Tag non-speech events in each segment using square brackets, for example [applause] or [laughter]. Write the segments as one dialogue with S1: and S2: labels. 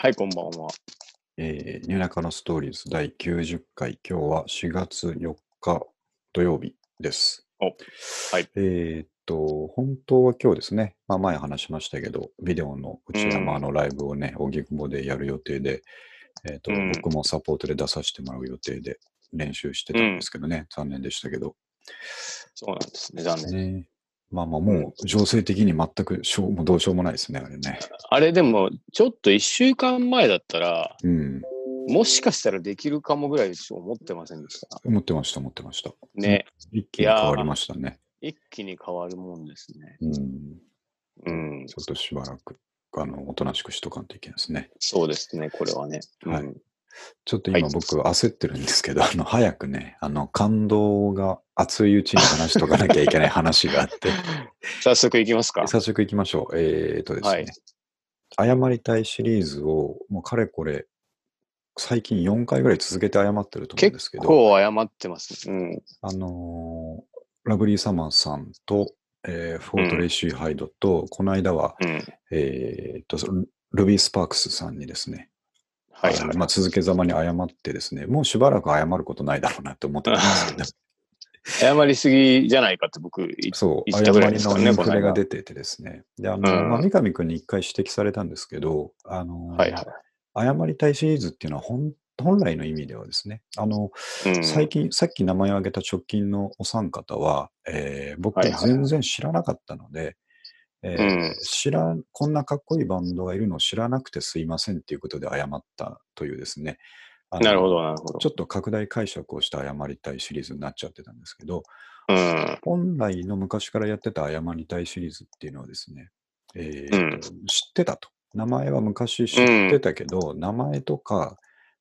S1: はい、こんばんは。
S2: えー、ニューナカのストーリーズ第90回、今日は4月4日土曜日です。
S1: おはい。
S2: えーっと、本当は今日ですね、まあ、前話しましたけど、ビデオの内山のライブをね、荻窪でやる予定で、えーっと
S1: うん
S2: 僕もサポートで出させてもらう予定で練習してたんですけどね、残念でしたけど、
S1: そうなんですね、残念。
S2: ね、まあまあ、もう情勢的に全くしょうもうどうしようもないですね、あれね。
S1: あれでも、ちょっと1週間前だったら、
S2: うん、
S1: もしかしたらできるかもぐらいしか思ってませんでした。
S2: 思ってました、思ってました。
S1: ね、
S2: 一気に変わりましたね。
S1: 一気に変わるもんですね。
S2: うん
S1: うん
S2: ち、ょっとしばらく、あの、おとなしくしとかんといけないですね。
S1: そうですね、これはね。
S2: はい
S1: うん
S2: ちょっと
S1: は
S2: 今
S1: い
S2: 僕焦ってるんですけど、あの、早くね、あの、感動が熱いうちに話しとかなきゃいけない話があ
S1: [laughs]
S2: って、
S1: 早速いきますか。
S2: 早速行きましょう。えーとです
S1: はい
S2: ね、謝りたいシリーズを、もうかれこれ、最近4回ぐらい続けて謝ってると思うんで
S1: 結
S2: すけど、
S1: 構謝ってます。うん。
S2: あのーラブリーサマーさんと、えーフォートレイシー・ハイドと、この間は、
S1: うん。
S2: えーと、そのルビー・スパークスさんにですね、
S1: はい、
S2: あ
S1: は
S2: の
S1: い。
S2: まあ、続けざまに謝ってですね、もうしばらく謝ることないだろうなって思ってたんですけど、
S1: 謝りすぎじゃないかって僕、 [laughs] い
S2: そう、
S1: 言っ
S2: 謝
S1: たぐらいで
S2: り
S1: すか
S2: の
S1: ら
S2: イ
S1: ね
S2: ンフレ
S1: この間
S2: が出ててですね、で、あの、
S1: うん
S2: まあ、三上君に一回指摘されたんですけど、あの、
S1: はいは
S2: 謝りたいシリーズっていうのは本本来の意味ではですね、あの、
S1: い。うん、
S2: 最近、さっき名前を挙げた直近のお三方は、えー僕
S1: はいはい
S2: 全然知らなかったので、えー
S1: うん
S2: 知らんこんなかっこいいバンドがいるのを知らなくてすいませんっていうことで謝ったというですね、あの
S1: なるほど、なるほど。
S2: ちょっと拡大解釈をした謝りたいシリーズになっちゃってたんですけど、
S1: うん。
S2: 本来の昔からやってた謝りたいシリーズっていうのはですね、えー
S1: うん
S2: 知ってたと。名前は昔知ってたけど、名前とか、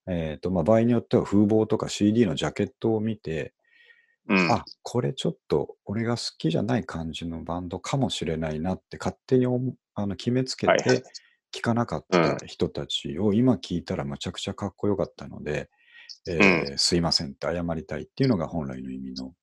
S2: えーとまあ、場合によっては風貌とか CD のジャケットを見て、
S1: うん。
S2: あ、これちょっと俺が好きじゃない感じのバンドかもしれないなって勝手に思うあの決めつけ
S1: はいはい
S2: て聞かなかった人たちを今聞いたらむちゃくちゃかっこよかったので、えーすいませんって謝りたいっていうのが本来の意味の、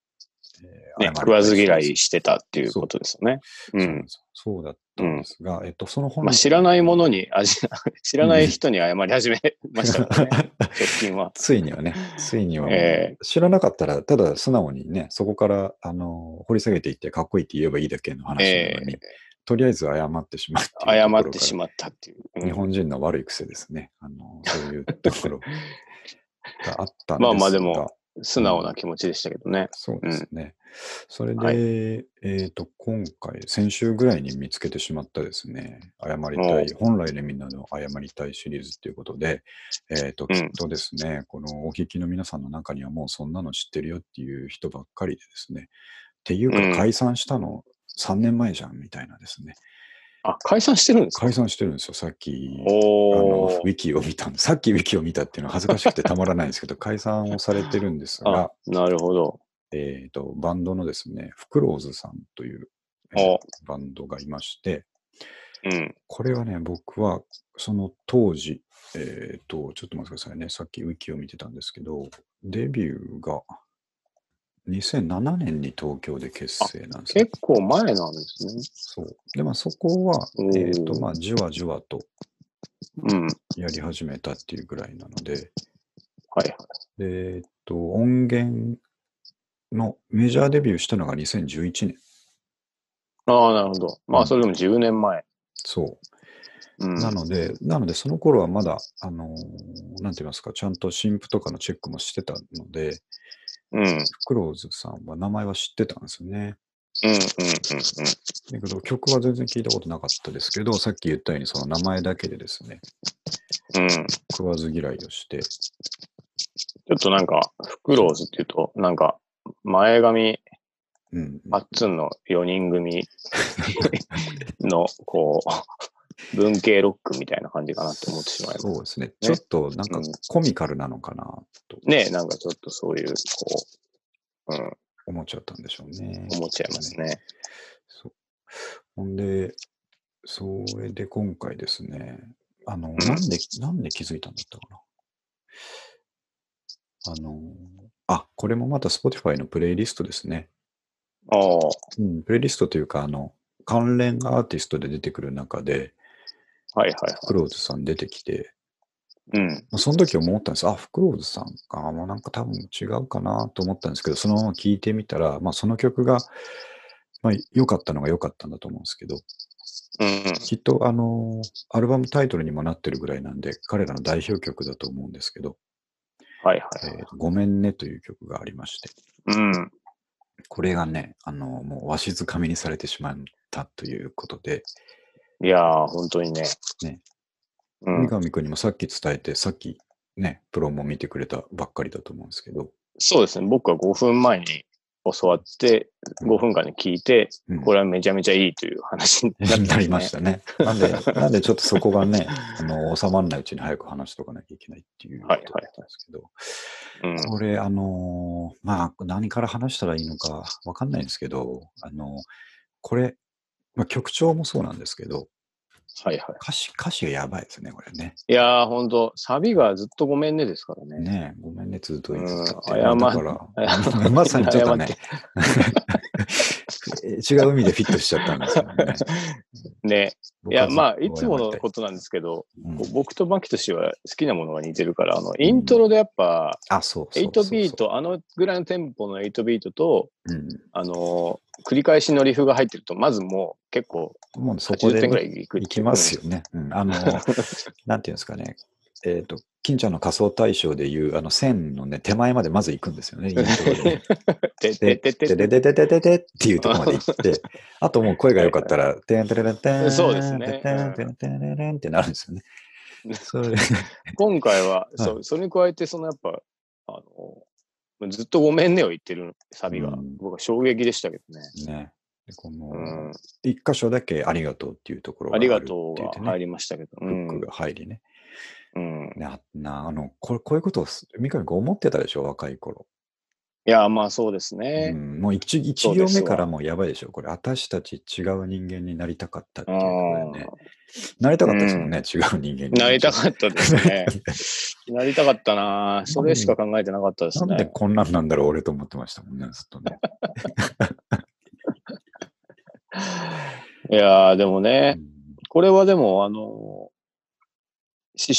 S2: えー謝
S1: ね、
S2: りたい
S1: 食わず嫌いしてたっていうことですよね。
S2: そう
S1: う
S2: なん
S1: ん
S2: で。すよそうだったんですが、えっと、その本
S1: まあ、知らないものに、あじ知ら [laughs] ない人に謝り始めまし
S2: [laughs]
S1: たからね、直近は。
S2: ついにはね、ついには、
S1: え
S2: 知らなかったら、ただ素直にね、そこから、あの、掘り下げていって、かっこいいって言えばいいだけの話なのに、とりあえず謝ってしまうっていう
S1: 謝ってし
S2: うところ
S1: まったっていう。う
S2: から。
S1: ん
S2: 日本人の悪い癖ですね。あの、そういうところがあったんですが。
S1: [laughs] まあまあでも、素直な気持ちでしたけどね。
S2: そうですね。それで、
S1: はい
S2: えっ、と、今回、先週ぐらいに見つけてしまったですね、謝りたい、本来のみんなの謝りたいシリーズということで、えっ、と、
S1: う
S2: き
S1: ん
S2: っとですね、このお聞きの皆さんの中にはもうそんなの知ってるよっていう人ばっかりでですね、っていう
S1: うん
S2: か解散したの3年前じゃんみたいなですね、
S1: あ、解散してるんですか
S2: 解散してるんですよ、さっき。あ
S1: お
S2: のウ
S1: ー
S2: ィキを見たんでさっきウィキを見たっていうのは恥ずかしくてたまらないんですけど、解散をされてるんですが
S1: あ、、なるほど。
S2: えー、とバンドのですね、フクローズさんという、えー
S1: お
S2: バンドがいまして、
S1: うん。
S2: これはね、僕はその当時、えー、と、ちょっと待ってくださいね、さっきウィキを見てたんですけど、デビューが2007年に東京で結成なんですね
S1: 結。構前なんですね。
S2: そうで、まあ、そこは、
S1: おー
S2: えーとまあ、じわじわと
S1: うん。
S2: やり始めたっていうぐらいなので、
S1: はい。
S2: でえー、と音源のメジャーデビューしたのが2011年。
S1: ああ、なるほど。ま
S2: う
S1: あ、
S2: ん
S1: それでも10年前。
S2: そう。
S1: うん。
S2: なので、なので、その頃はまだ、あのーなんて言いますか、ちゃんと新婦とかのチェックもしてたので、
S1: うん。うん。うん。うん。
S2: フクローズさんは名前は知ってたんですよね。
S1: うん
S2: だけど、曲は全然聞いたことなかったですけど、さっき言ったように、その名前だけでですね、
S1: うん。ち
S2: 食わず嫌いをして、
S1: ょっとなんか、フクローズっていうと、なんか、前髪
S2: うん。
S1: パッツンの4人組の、こう、文系ロックみたいな感じかなって思ってしまいます。
S2: そうですね。ちょっと、なんか
S1: うん、
S2: コミカルなのかな、と
S1: ねえ、なんかちょっとそういう、こう、うん、
S2: 思っちゃったんでしょうね。
S1: 思っちゃいますね。
S2: そう。ほんで、それで今回ですね、あの、
S1: ん
S2: なんで、なんで気づいたんだったかな。あの、あ、これもまた Spotify のプレイリストですね。
S1: ああ、
S2: うん、プレイリストというか、あの、関連アーティストで出てくる中で、
S1: はいはいはい。
S2: クローズさん出てきて、
S1: うん。
S2: まあその時思ったんです。あ、フクローズさんか。もうなんか多分違うかなと思ったんですけど、そのまま聞いてみたら、まあその曲が、まあ良かったのが良かったんだと思うんですけど、
S1: うん。
S2: きっとあの、アルバムタイトルにもなってるぐらいなんで、彼らの代表曲だと思うんですけど、
S1: はいはい
S2: え
S1: はい。
S2: ーごめんねという曲がありまして、
S1: うん。
S2: これがね、あの、もうわしづかみにされてしまったということで、
S1: いやー、本当にね。
S2: ね
S1: うん
S2: 三。上くんにもさっき伝えて、さっきね、プロも見てくれたばっかりだと思うんですけど、
S1: そうですね。僕は5分前に教わって、5分間で聞いて、
S2: うん
S1: これはめちゃめちゃいいという話になったんですね、
S2: [laughs] なりましたね。 [laughs] なんで、なんでちょっとそこがね、あの、収まらないうちに早く話しとかなきゃいけないっていうことだ
S1: はい
S2: った
S1: は
S2: ん
S1: い
S2: ですけど、
S1: うん。
S2: これ、あのーまあ、何から話したらいいのかわかんないんですけど、あのこれ、まあ、曲調もそうなんですけど、
S1: はいは
S2: 歌詞、歌詞がやばいですね、これね。
S1: い。いやー、本当サビがずっとごめんねですからね。
S2: ねえごめんね、ずっと言ってたって。
S1: うん
S2: だ
S1: 謝
S2: から、 [laughs] まさにちょっとね、 [laughs] 違う意味でフィットしちゃったんですよね。
S1: [laughs] ね。いや、
S2: 僕は
S1: まあ、いつものことなんですけど、
S2: うん
S1: こう僕とマキト氏は好きなものが似てるから、あの、イントロでやっぱ、
S2: あ、そうそうそうそう
S1: 8ビー。ト、あのぐらいのテンポの8ビートと、
S2: うん
S1: あのー、繰り返しのリフが入ってると、まずもう結構
S2: もうそこ
S1: 80
S2: で
S1: 点ぐ
S2: ね
S1: らいいく。
S2: いきますよね。うん、あの、なんていうんですかね。えっ、と、金ちゃんの仮想対象でいう、あの、線のね、手前までまず行くんですよね、イントロでね。
S1: て
S2: で、で
S1: てて
S2: でで
S1: て
S2: でででででっていうところまで行って、あともう声が良かったら、てんてれれんてん、
S1: そうですね
S2: てんてんてんてんてんてんってなるんですよね。それ、
S1: 今回は、
S2: い
S1: そう、それに加えて、そのやっぱ、あの、ずっとごめんねを言ってるサビが、
S2: うん
S1: 僕は衝撃でしたけどね。
S2: ね。でこ
S1: うん
S2: の、、一箇所だけありがとうっていうところが
S1: あ
S2: る
S1: り
S2: って
S1: が
S2: 言
S1: と
S2: っ
S1: う
S2: て
S1: が
S2: ね
S1: 入りましたけど。う
S2: フッ
S1: ん
S2: ク。が入りね。
S1: うん、
S2: ねあなあのこれ、こういうことをす、三上君思ってたでしょ、若い頃。
S1: いや、まあそうですね。
S2: うん、もう一一
S1: そう
S2: 行
S1: です
S2: 目
S1: わ
S2: からもうやばいでしょ。これ、私たち違う人間になりたかったっていうことだよね。
S1: う
S2: なりたかったですもんね、違う人間に。
S1: んなりたかったですね。なりたかったなそれしか考えてなかったです
S2: [laughs] なんで
S1: ね。
S2: こんなんなんだろう、俺と思ってましたもんね、ずっとね。
S1: いやーでもね
S2: う、
S1: これはでも、あの、思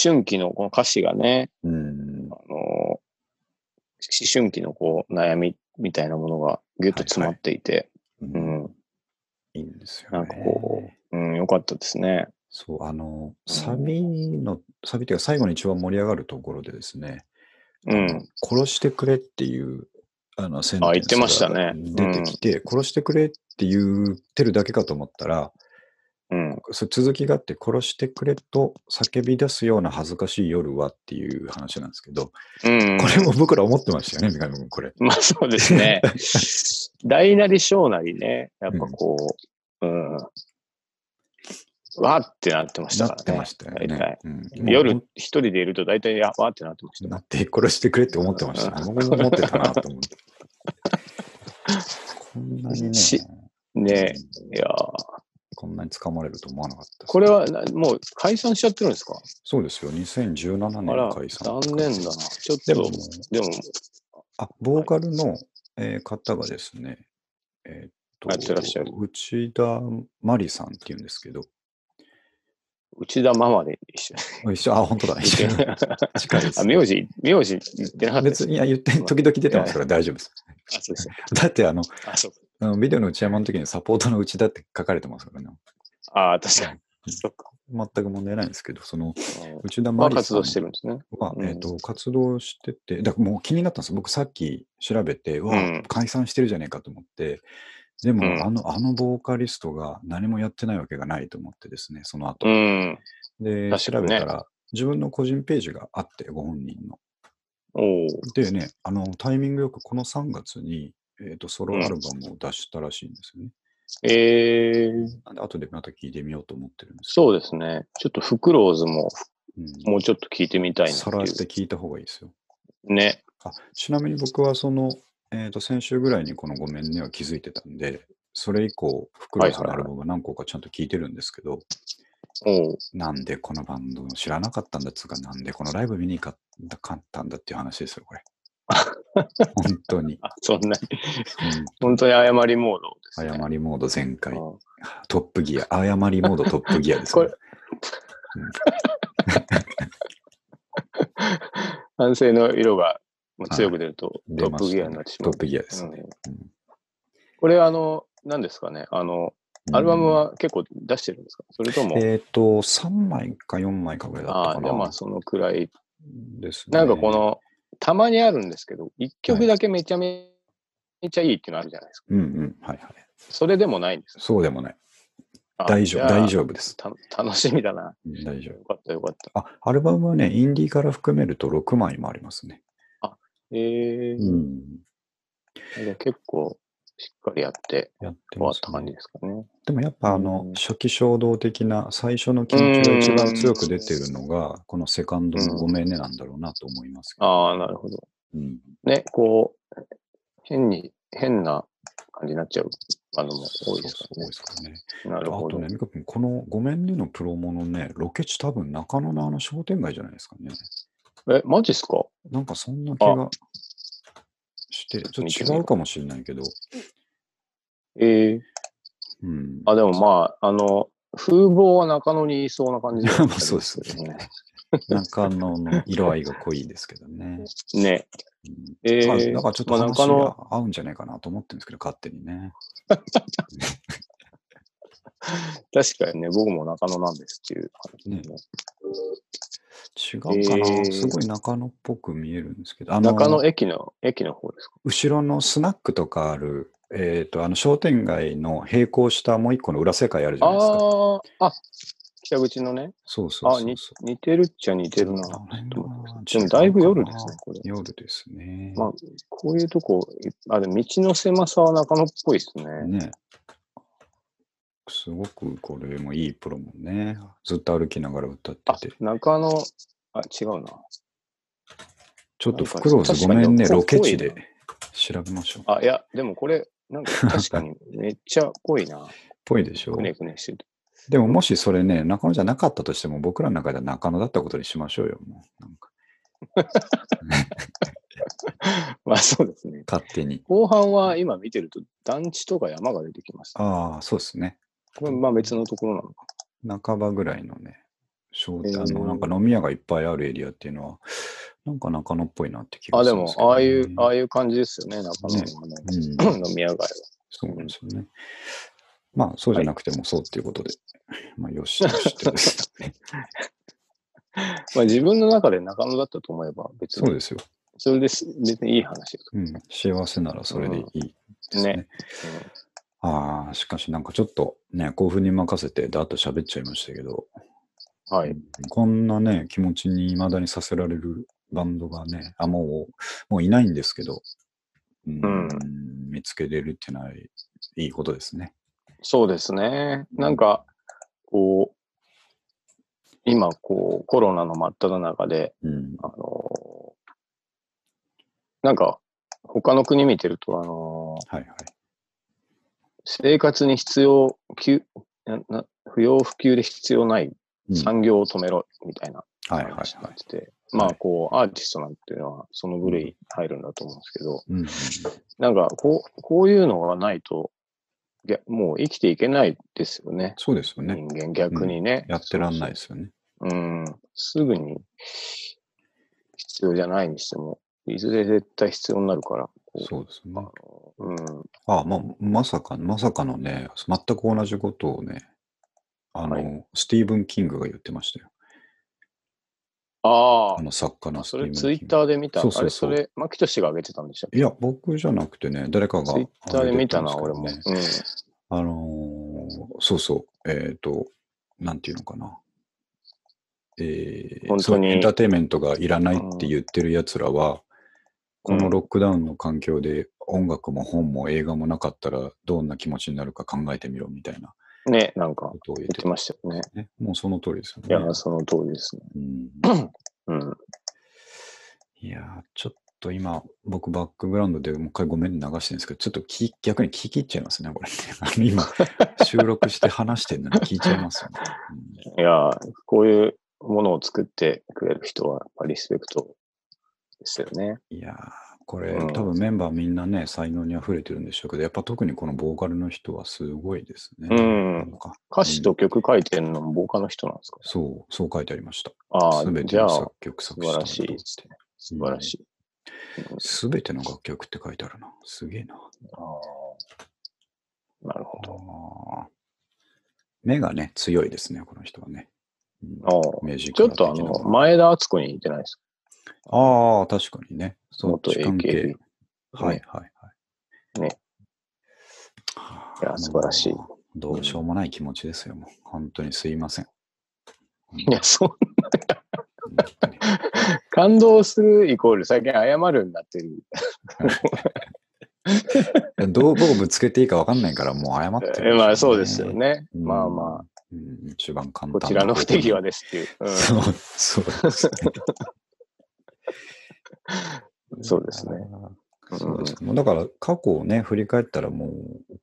S1: 春期のこの歌詞がね、
S2: んうん
S1: あの、思春期のこう、悩みみたいなものがギュッと詰まっていて、
S2: う
S1: うんん、
S2: いいんですよ、ね。
S1: なんかこう、うん、良かったですね。
S2: そう、あの、サビの、サビっていうか最後に一番盛り上がるところでですね、
S1: うん、
S2: 殺してくれっていう、あの、セン
S1: あ
S2: テン
S1: 言っ
S2: ス
S1: てました
S2: が
S1: ね
S2: 出てきて、殺してくれって言ってるだけかと思ったら、
S1: うん、
S2: そう続きがあって、殺してくれと叫び出すような恥ずかしい夜はっていう話なんですけど、
S1: うん。
S2: これも僕ら思ってましたよね、三上君、これ。
S1: [laughs] まあそうです
S2: [laughs]
S1: ね。大なり小なりね、やっぱこう、うん、わーってなってました
S2: な
S1: か
S2: っ
S1: ら
S2: て
S1: ね。
S2: ましたよね。
S1: 大体
S2: うんもう
S1: 夜一人でいると大体やわーってなってました。
S2: なって殺してくれって思ってましたね。僕も思ってたなと思っ
S1: [laughs]
S2: て。こんなにね、
S1: しねいやー
S2: こんなに捕まれると思わなかったですね、
S1: これはなもう解散しちゃってるんですか
S2: そうですよ、2017
S1: あ
S2: 年、
S1: ら
S2: 解散
S1: 残。念だな。ちょっ
S2: でも
S1: と、、でも、
S2: あ、ボーカルの、えー方がですね、えーっと、
S1: やってらっしゃる
S2: 内田真理さんっていうんですけど、
S1: 内田ママで一緒に
S2: あ一緒、あ、本当だ、一緒に近いで
S1: [laughs] あ、
S2: す。
S1: 名字、名字言ってなかったです
S2: 別に、いや、言って、時々出てますから大丈夫です。
S1: あ、そうです。
S2: だって、あの、
S1: あ、そう
S2: あのビデオの内山の時にサポートの内田って書かれてますからね。
S1: あー、確かに。そっか。
S2: 全く問題ないんですけど、その、
S1: うん
S2: 内田
S1: ま
S2: 真
S1: あ
S2: 理
S1: 活
S2: さん
S1: 動してるんですね。
S2: は、
S1: うん
S2: えっと、活動してて、だからもう気になったんですよ僕さっき調べて、わ
S1: うん
S2: あ、解散してるじゃねえかと思って、でも、
S1: うん
S2: あの、あのボーカリストが何もやってないわけがないと思ってですね、その後。
S1: うん。
S2: で、
S1: 確か
S2: 調
S1: に
S2: べ
S1: ね
S2: たら、自分の個人ページがあって、ご本人の。
S1: おー
S2: でね、あの、タイミングよくこの3月に、えっと、ソロアルバムを出したらしいんですよね。
S1: えー、
S2: なんで、後でまた聞いてみようと思ってるんです
S1: そうですね。ちょっとフクローズも
S2: けど、
S1: もうちょっと聞いてみたいな
S2: さらっ
S1: っててい
S2: 聞いた方がいいですよ。
S1: う。ね。
S2: あちなみに僕はその、えー、と先週ぐらいにこの「ごめんね」は気づいてたんで、それ以降、福
S1: はい
S2: 来さ
S1: はい
S2: んのアルバムは何個かちゃんと聞いてるんですけど、
S1: おう
S2: なんでこのバンドを知らなかったんだっつうか、なんでこのライブ見に行かかったんだっていう話ですよ、
S1: [laughs]
S2: これ。本当に。
S1: あ、そんな、
S2: 本
S1: 本当に謝りモードです
S2: 当
S1: ね。
S2: に謝りモード全開。
S1: うん
S2: トップギア。謝りモードトップギアですね。
S1: これ
S2: うん
S1: 男性の色がもう強く出ると
S2: 出
S1: ト
S2: ま
S1: ッ
S2: す
S1: プギアになってしまう
S2: トッ。プギアですね。
S1: うん
S2: うん
S1: これ、あの、何ですかね、あの、アルバムは結構出してるんですかそれとも、
S2: えっ、と、3枚か4枚かぐらいだった
S1: あ
S2: か
S1: あ、じゃ
S2: な。
S1: あまあそのくらい。
S2: ですね
S1: なんかこ、の、たまにあるんですけど、一曲だけめちゃめちゃいいっていうのあるじゃないですか。
S2: うんうん、はいはい。
S1: それでもないんですね。
S2: そうでもない。
S1: あ
S2: 大丈夫、大丈
S1: 夫。
S2: 夫です。
S1: た楽しみだな。
S2: うん大丈
S1: よかったよかった。
S2: 夫。あ、アルバムはね、インディーから含めると6枚もありますね。
S1: ええ
S2: うん。
S1: じゃあ結構しっかりやって
S2: やって
S1: 終わ
S2: ま
S1: っ
S2: す、
S1: た感じですかね。
S2: でもやっぱあ
S1: う
S2: の
S1: ん、
S2: 初期衝動的な、最初の緊張が一番強く出てるのが、このセカンドのごめんねなんだろうなと思いますけど。
S1: ああ、なるほど。
S2: うん
S1: ね、こう、変に、変な感じになっちゃうあのも多いですか
S2: そうそう多い
S1: らね
S2: で。すからね。
S1: な
S2: あ
S1: るほ
S2: と
S1: ど。
S2: ね、ミカ君、このごめんねのプロモのね、ロケ地多分中野のあの商店街じゃないですかね。
S1: え、マジっすか
S2: なんかそんな気がして、ちょっと違うかもしれないけど。
S1: ええ
S2: うん。
S1: あ、でもまあ、あの、風貌は中野にいそうな感じ
S2: [laughs] まあそうですよ
S1: ね。
S2: 中野の色合いが濃いですけどね。
S1: ね。
S2: うん
S1: え
S2: まあ
S1: え
S2: なんかちょっと
S1: まあ、中
S2: 話
S1: 野
S2: が、合うんじゃないかなと思ってるんですけど、勝手にね。
S1: 確かにね、僕も中野なんですっていう感じ、ね
S2: 違うかな、
S1: えー
S2: すごい中野っぽく見えるんですけど、あの
S1: 中野駅の、駅の方ですか
S2: 後ろのスナックとかある、えっとあの商店街の並行したもう一個の裏世界あるじゃないですか。
S1: ああ、あ、北口のね。
S2: そうそう
S1: あ
S2: そう
S1: に
S2: そう。
S1: 似てるっちゃ似てるな。
S2: あの辺は
S1: でもだいぶ夜です
S2: 違う
S1: ね
S2: かな、
S1: これ。
S2: 夜ですね。
S1: まこういうとこ、いあ、でも道の狭さは中野っぽいですね。
S2: ね。すごくこれもいいプロもね。ずっと歩きながら歌っ
S1: あ
S2: てて。、
S1: 中野、あ、違うな。
S2: ちょっとフクローズごめんね、
S1: 確かに
S2: ロケ地
S1: 濃
S2: で
S1: い
S2: 調べましょう。
S1: あ、いや、でもこれ、なんか確かに
S2: [laughs]
S1: めっちゃ濃いな。
S2: ぽいでしょ
S1: くねくねしてる。 [laughs]
S2: でももしそれね、中野じゃなかったとしても、僕らの中では中野だったことにしましょうよ。もう
S1: [laughs]
S2: なんか
S1: まあそうですね。
S2: 勝手に。
S1: 後半は今見てると団地とか山が出てきます。
S2: ああ、そうですね。
S1: これまあ別のところなのか。
S2: 半ばぐらいのね、商店、
S1: えー
S2: あの、なんか飲み屋がいっぱいあるエリアっていうのは、なんか中野っぽいなって気が
S1: あ、
S2: す
S1: で
S2: るん
S1: も
S2: です、けど
S1: ああ
S2: ね、
S1: いう、ああいう感じですよね、中野のあの飲み屋街は。
S2: そうなんですよね。まあ、そうじゃなくてもそうっていうことで、まあ、よしとして
S1: [laughs]
S2: です。
S1: まあ自分の中で中野だったと思えば別
S2: そう
S1: に、
S2: ですよ。
S1: それです、別にいい話です
S2: うん。幸せならそれでいいですね。
S1: ね。
S2: ああ、しかしなんかちょっとね、興奮に任せて、だーっと喋っちゃいましたけど、
S1: うんはい。
S2: こんなね、気持ちに未だにさせられるバンドがね、あ、もう、もういないんですけど、うん
S1: うん
S2: 見つけれるっていうのはいいことですね。
S1: そうですね。
S2: うん
S1: なんか、こう、今、こう、コロナの真っ只中で、
S2: うん。
S1: あのなんか、他の国見てると、あの
S2: はいはい。
S1: 生活に必要、急なな不要不急で必要ない
S2: うん
S1: 産業を止めろ、みたいな
S2: はいはいは
S1: 話になっ
S2: い。
S1: てて、
S2: はい
S1: まあ、こう、アーティストなんていうのは、その部類入るんだと思うんですけど、
S2: うんうん、
S1: なんか、こう、こういうのがないと、いやもう生きていけないですよね。
S2: そうですよね。
S1: 人間逆にね、
S2: やってらんないですよね。
S1: うん、すぐに必要じゃないにしても、いずれ絶対必要になるから、こ
S2: そうですね。
S1: ううん、
S2: ああ、ま、まさか、まさかのね、全く同じことをね、あの、
S1: はい
S2: スティーブン・キングが言ってましたよ。
S1: あ
S2: あの作家
S1: あ、
S2: のステ
S1: そ
S2: ィーブ
S1: れ
S2: ン・
S1: ツイッ
S2: ー
S1: ターで見た、
S2: そうそうそう
S1: あれ、それ、牧俊が上げてたんでしたっけ
S2: いや、僕じゃなくてね、誰かが。
S1: ツイッターで見たな、
S2: あ
S1: 俺
S2: れだったん
S1: も。
S2: で
S1: う
S2: す
S1: ん
S2: けどね、あのーそうそう、えっ、と、なんていうのかな。えー
S1: 本当に
S2: そのエンターテインメントがいらないって言ってる奴らは、このロックダウンの環境で音楽も本も映画もなかったらどんな気持ちになるか考えてみろみたいな
S1: ね、なんか
S2: ことを言っ
S1: 言っててましたよね。
S2: ね。もうその通りですよ
S1: いや、
S2: ね。
S1: その通りですね。
S2: うん
S1: うん。
S2: いやー、ちょっと今、僕バックグラウンドでもう一回ごめん流してるんですけど、ちょっとき逆に聞き入っちゃいますね、これね。 [laughs] あの今、収録して話してるのに聞いちゃいますよね。
S1: いや、こういうものを作ってくれる人は、やっぱリスペクトですよね。
S2: うんいやー、これ、
S1: うん
S2: 多分メンバーみんなね、才能に溢れてるんでしょうけど、やっぱ特にこのボーカルの人はすごいですね。
S1: うん
S2: なんか
S1: 歌詞と曲書いてるのも、ボーカの人なんですか
S2: そう、そう書いてありました。
S1: ああ
S2: すべ、て
S1: じゃ
S2: の
S1: あ
S2: 作、曲作詞
S1: 素晴らしい
S2: 担
S1: ですね。素晴らしい。
S2: すべての楽曲って書いてあるな。すげえな。
S1: ああなるほど。
S2: あー目がね、強いですね、この人はね。うん
S1: ああ
S2: 明治
S1: ちょっとあの、前田敦子に似てないですか
S2: ああ、確かにね。そっ
S1: 元
S2: ち関係
S1: AKB。。
S2: はいはいはい。
S1: ね。いや
S2: あの
S1: 素晴らしい。
S2: どうしようもない気持ちですよ、もう。本当にすいません。
S1: いや、そう、
S2: 本
S1: [laughs]
S2: 当に
S1: 感動するイコール最近謝るになってる。
S2: どう、どうぶつけていいか分かんないから、もう謝ってる、
S1: まあそうですよ。ね。
S2: うん
S1: まあまあ、。
S2: うん、一番簡単
S1: こちらの不手際ですっていう。
S2: そう、そうですね。
S1: そうですね。
S2: そうですね。だから過去をね、振り返ったらもう、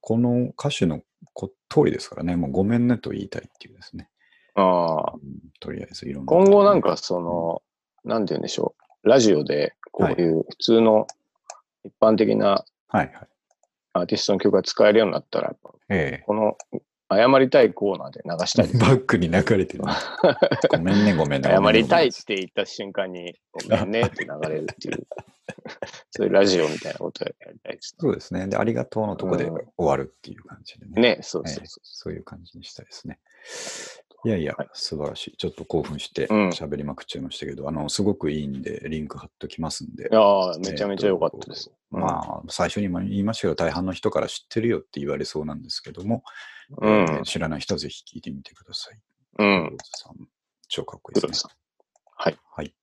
S2: この歌手のこ通りですからね、もうごめんねと言いたいっていうですね。
S1: うんああ
S2: うんとりあえずいろんな。
S1: 今後なん、かその、なんて言うんでしょう。ラジオでこういう普通の一般的な
S2: はいはい。
S1: アーティストの曲が使えるようになったら、
S2: え
S1: この謝りたいコーナーで流した
S2: [laughs]
S1: い
S2: え。。バックに流れてるね。ごめんね、ごめんね。
S1: 謝りたいっ
S2: ご
S1: て言った瞬間に、ご
S2: [laughs]
S1: めんねって流れるっていう、 [laughs] そういうラジオみたいなことやりたいです
S2: めんね。そうですね。で、ありがとうのとこで終わるっていう感じ [laughs] でね。
S1: ね。ね、そう
S2: ええ
S1: そうそ
S2: そういう感じにしたいですね。いやいや
S1: はい、
S2: 素晴らしい。ちょっと興奮して
S1: うん
S2: 喋りまくっちゃいましたけど、あの、すごくいいんで、リンク貼っときますんで
S1: う。い、やあめちゃめちゃ良かったです。
S2: まあ、最初にも言いましたけど、大半の人から知ってるよって言われそうなんですけども、
S1: う
S2: えー
S1: ん。
S2: 知らない人はぜひ聞いてみてください。
S1: うん。
S2: 黒田さん、超かっこいい
S1: 黒
S2: で
S1: 田
S2: す
S1: さ
S2: ね
S1: ん。。はい。
S2: はい。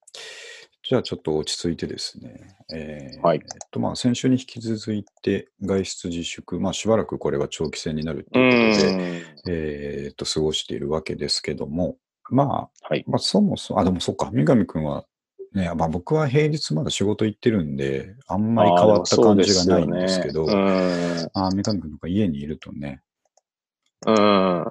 S2: じゃあちょっと落ち着いてですね。えー
S1: はい
S2: えっと、まあ、先週に引き続いて、外出自粛、まあ、しばらくこれは長期戦になると
S1: う
S2: いうことで、
S1: ん。
S2: えーっと、過ごしているわけですけども、まあ、
S1: はい。
S2: まあ、そもそも、あ、でもそっか、三上くんは、ね、まあ僕は平日まだ仕事行ってるんで、あんまり変わった感じがないんですけど、
S1: あーでも
S2: あー三上くんとか家にいるとね、
S1: そうですよねうん。
S2: うん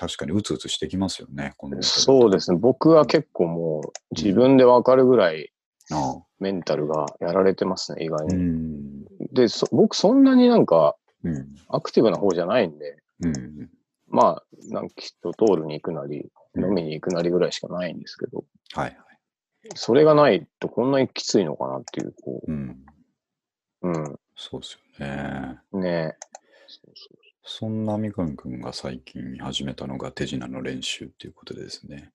S2: 確かにうつうつしてきますよね、こ
S1: う
S2: の
S1: ん。そうですね。僕は結構もう自分でわかるぐらい
S2: ああ
S1: メンタルがやられてますね、意外
S2: う
S1: に。
S2: ん。
S1: で、そ僕そんなになんか
S2: うん。
S1: アクティブな方じゃないんで、
S2: うん。
S1: まあ、なんかきっと通るに行くなり、
S2: うん
S1: 飲みに行くなりぐらいしかないんですけど、
S2: はいはい。
S1: それがないとこんなにきついのかなっていう、こ
S2: うん。
S1: う、う
S2: そうですよね。
S1: ん、ねえ。
S2: そんな三上くんが最近始めたのが手品の練習っていうことでですね。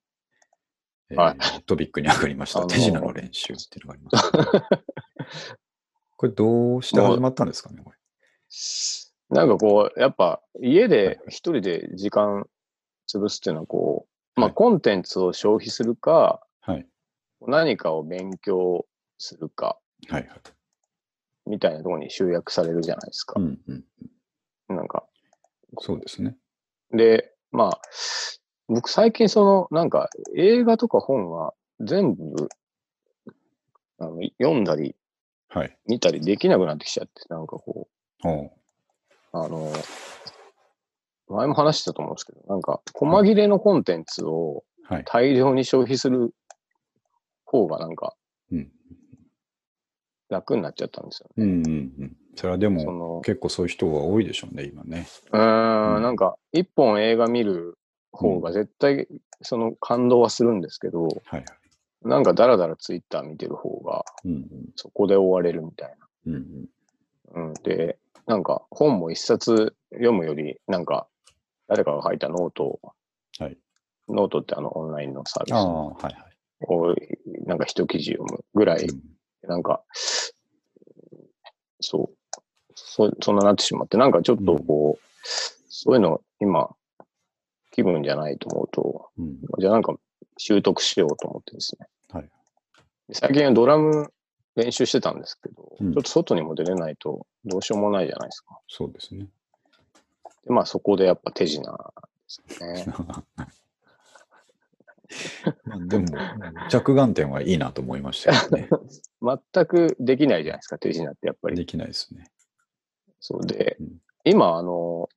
S2: えー
S1: はい
S2: トピックに上がりました。
S1: あのー
S2: 手品の練習っていうのがありますけど。これどうして始まったんですかね、これ。
S1: なんかこう、やっぱ家で一人で時間潰すっていうのはこう、ま
S2: は
S1: あ
S2: い
S1: コンテンツを消費するか、
S2: はい。
S1: 何かを勉強するか、
S2: はいはい。
S1: みたいなところに集約されるじゃないですか
S2: う。んうん。
S1: なんか。
S2: そうですね。
S1: で、まあ、僕最近その、なんか映画とか本は全部、あの読んだり
S2: はい。
S1: 見たりできなくなってきちゃって、なんかこ
S2: おう
S1: う、あの、前も話したと思うんですけど、なんか、細切れのコンテンツを
S2: はい。
S1: 大量に消費する方がなんか
S2: うん。
S1: 楽になっちゃったんですよね。
S2: うんうんうん。それはで
S1: そ
S2: も、
S1: の、
S2: 結構そういう人は多いでしょうね、今ね。
S1: うーん、なんか、一本映画見る方が絶対、その感動はするんですけど、
S2: はいはい。
S1: なんかダラダラツイッター見てる方が、
S2: うん
S1: そこで終われるみたい
S2: うん。うんうん。
S1: な。うん、で、なんか本も一冊読むより、なんか誰かが書いたノートを、
S2: はい
S1: ノートってあのオンラインのサービ
S2: ああ、
S1: ス
S2: はいは
S1: を、なんか一記事読むぐら
S2: い。
S1: い、
S2: うん
S1: なんか、そう、そそんななってしまって、なんかちょっとこう、そういうの今、気分じゃないと思うと、
S2: うん。
S1: じゃあなんか習得しようと思ってですね。
S2: はい
S1: 最近はドラム練習してたんですけど、
S2: うん
S1: ちょっと外にも出れないとどうしようもないじゃないですか。
S2: そうですね。
S1: でまあそこでやっぱ手品ですね。
S2: [laughs] まあでも、着眼点はいいなと思いましたけど
S1: [laughs]
S2: ね。
S1: 全くできないじゃないですか、手品ってやっぱり。
S2: できないですね。
S1: そうで
S2: うん、
S1: 今あの、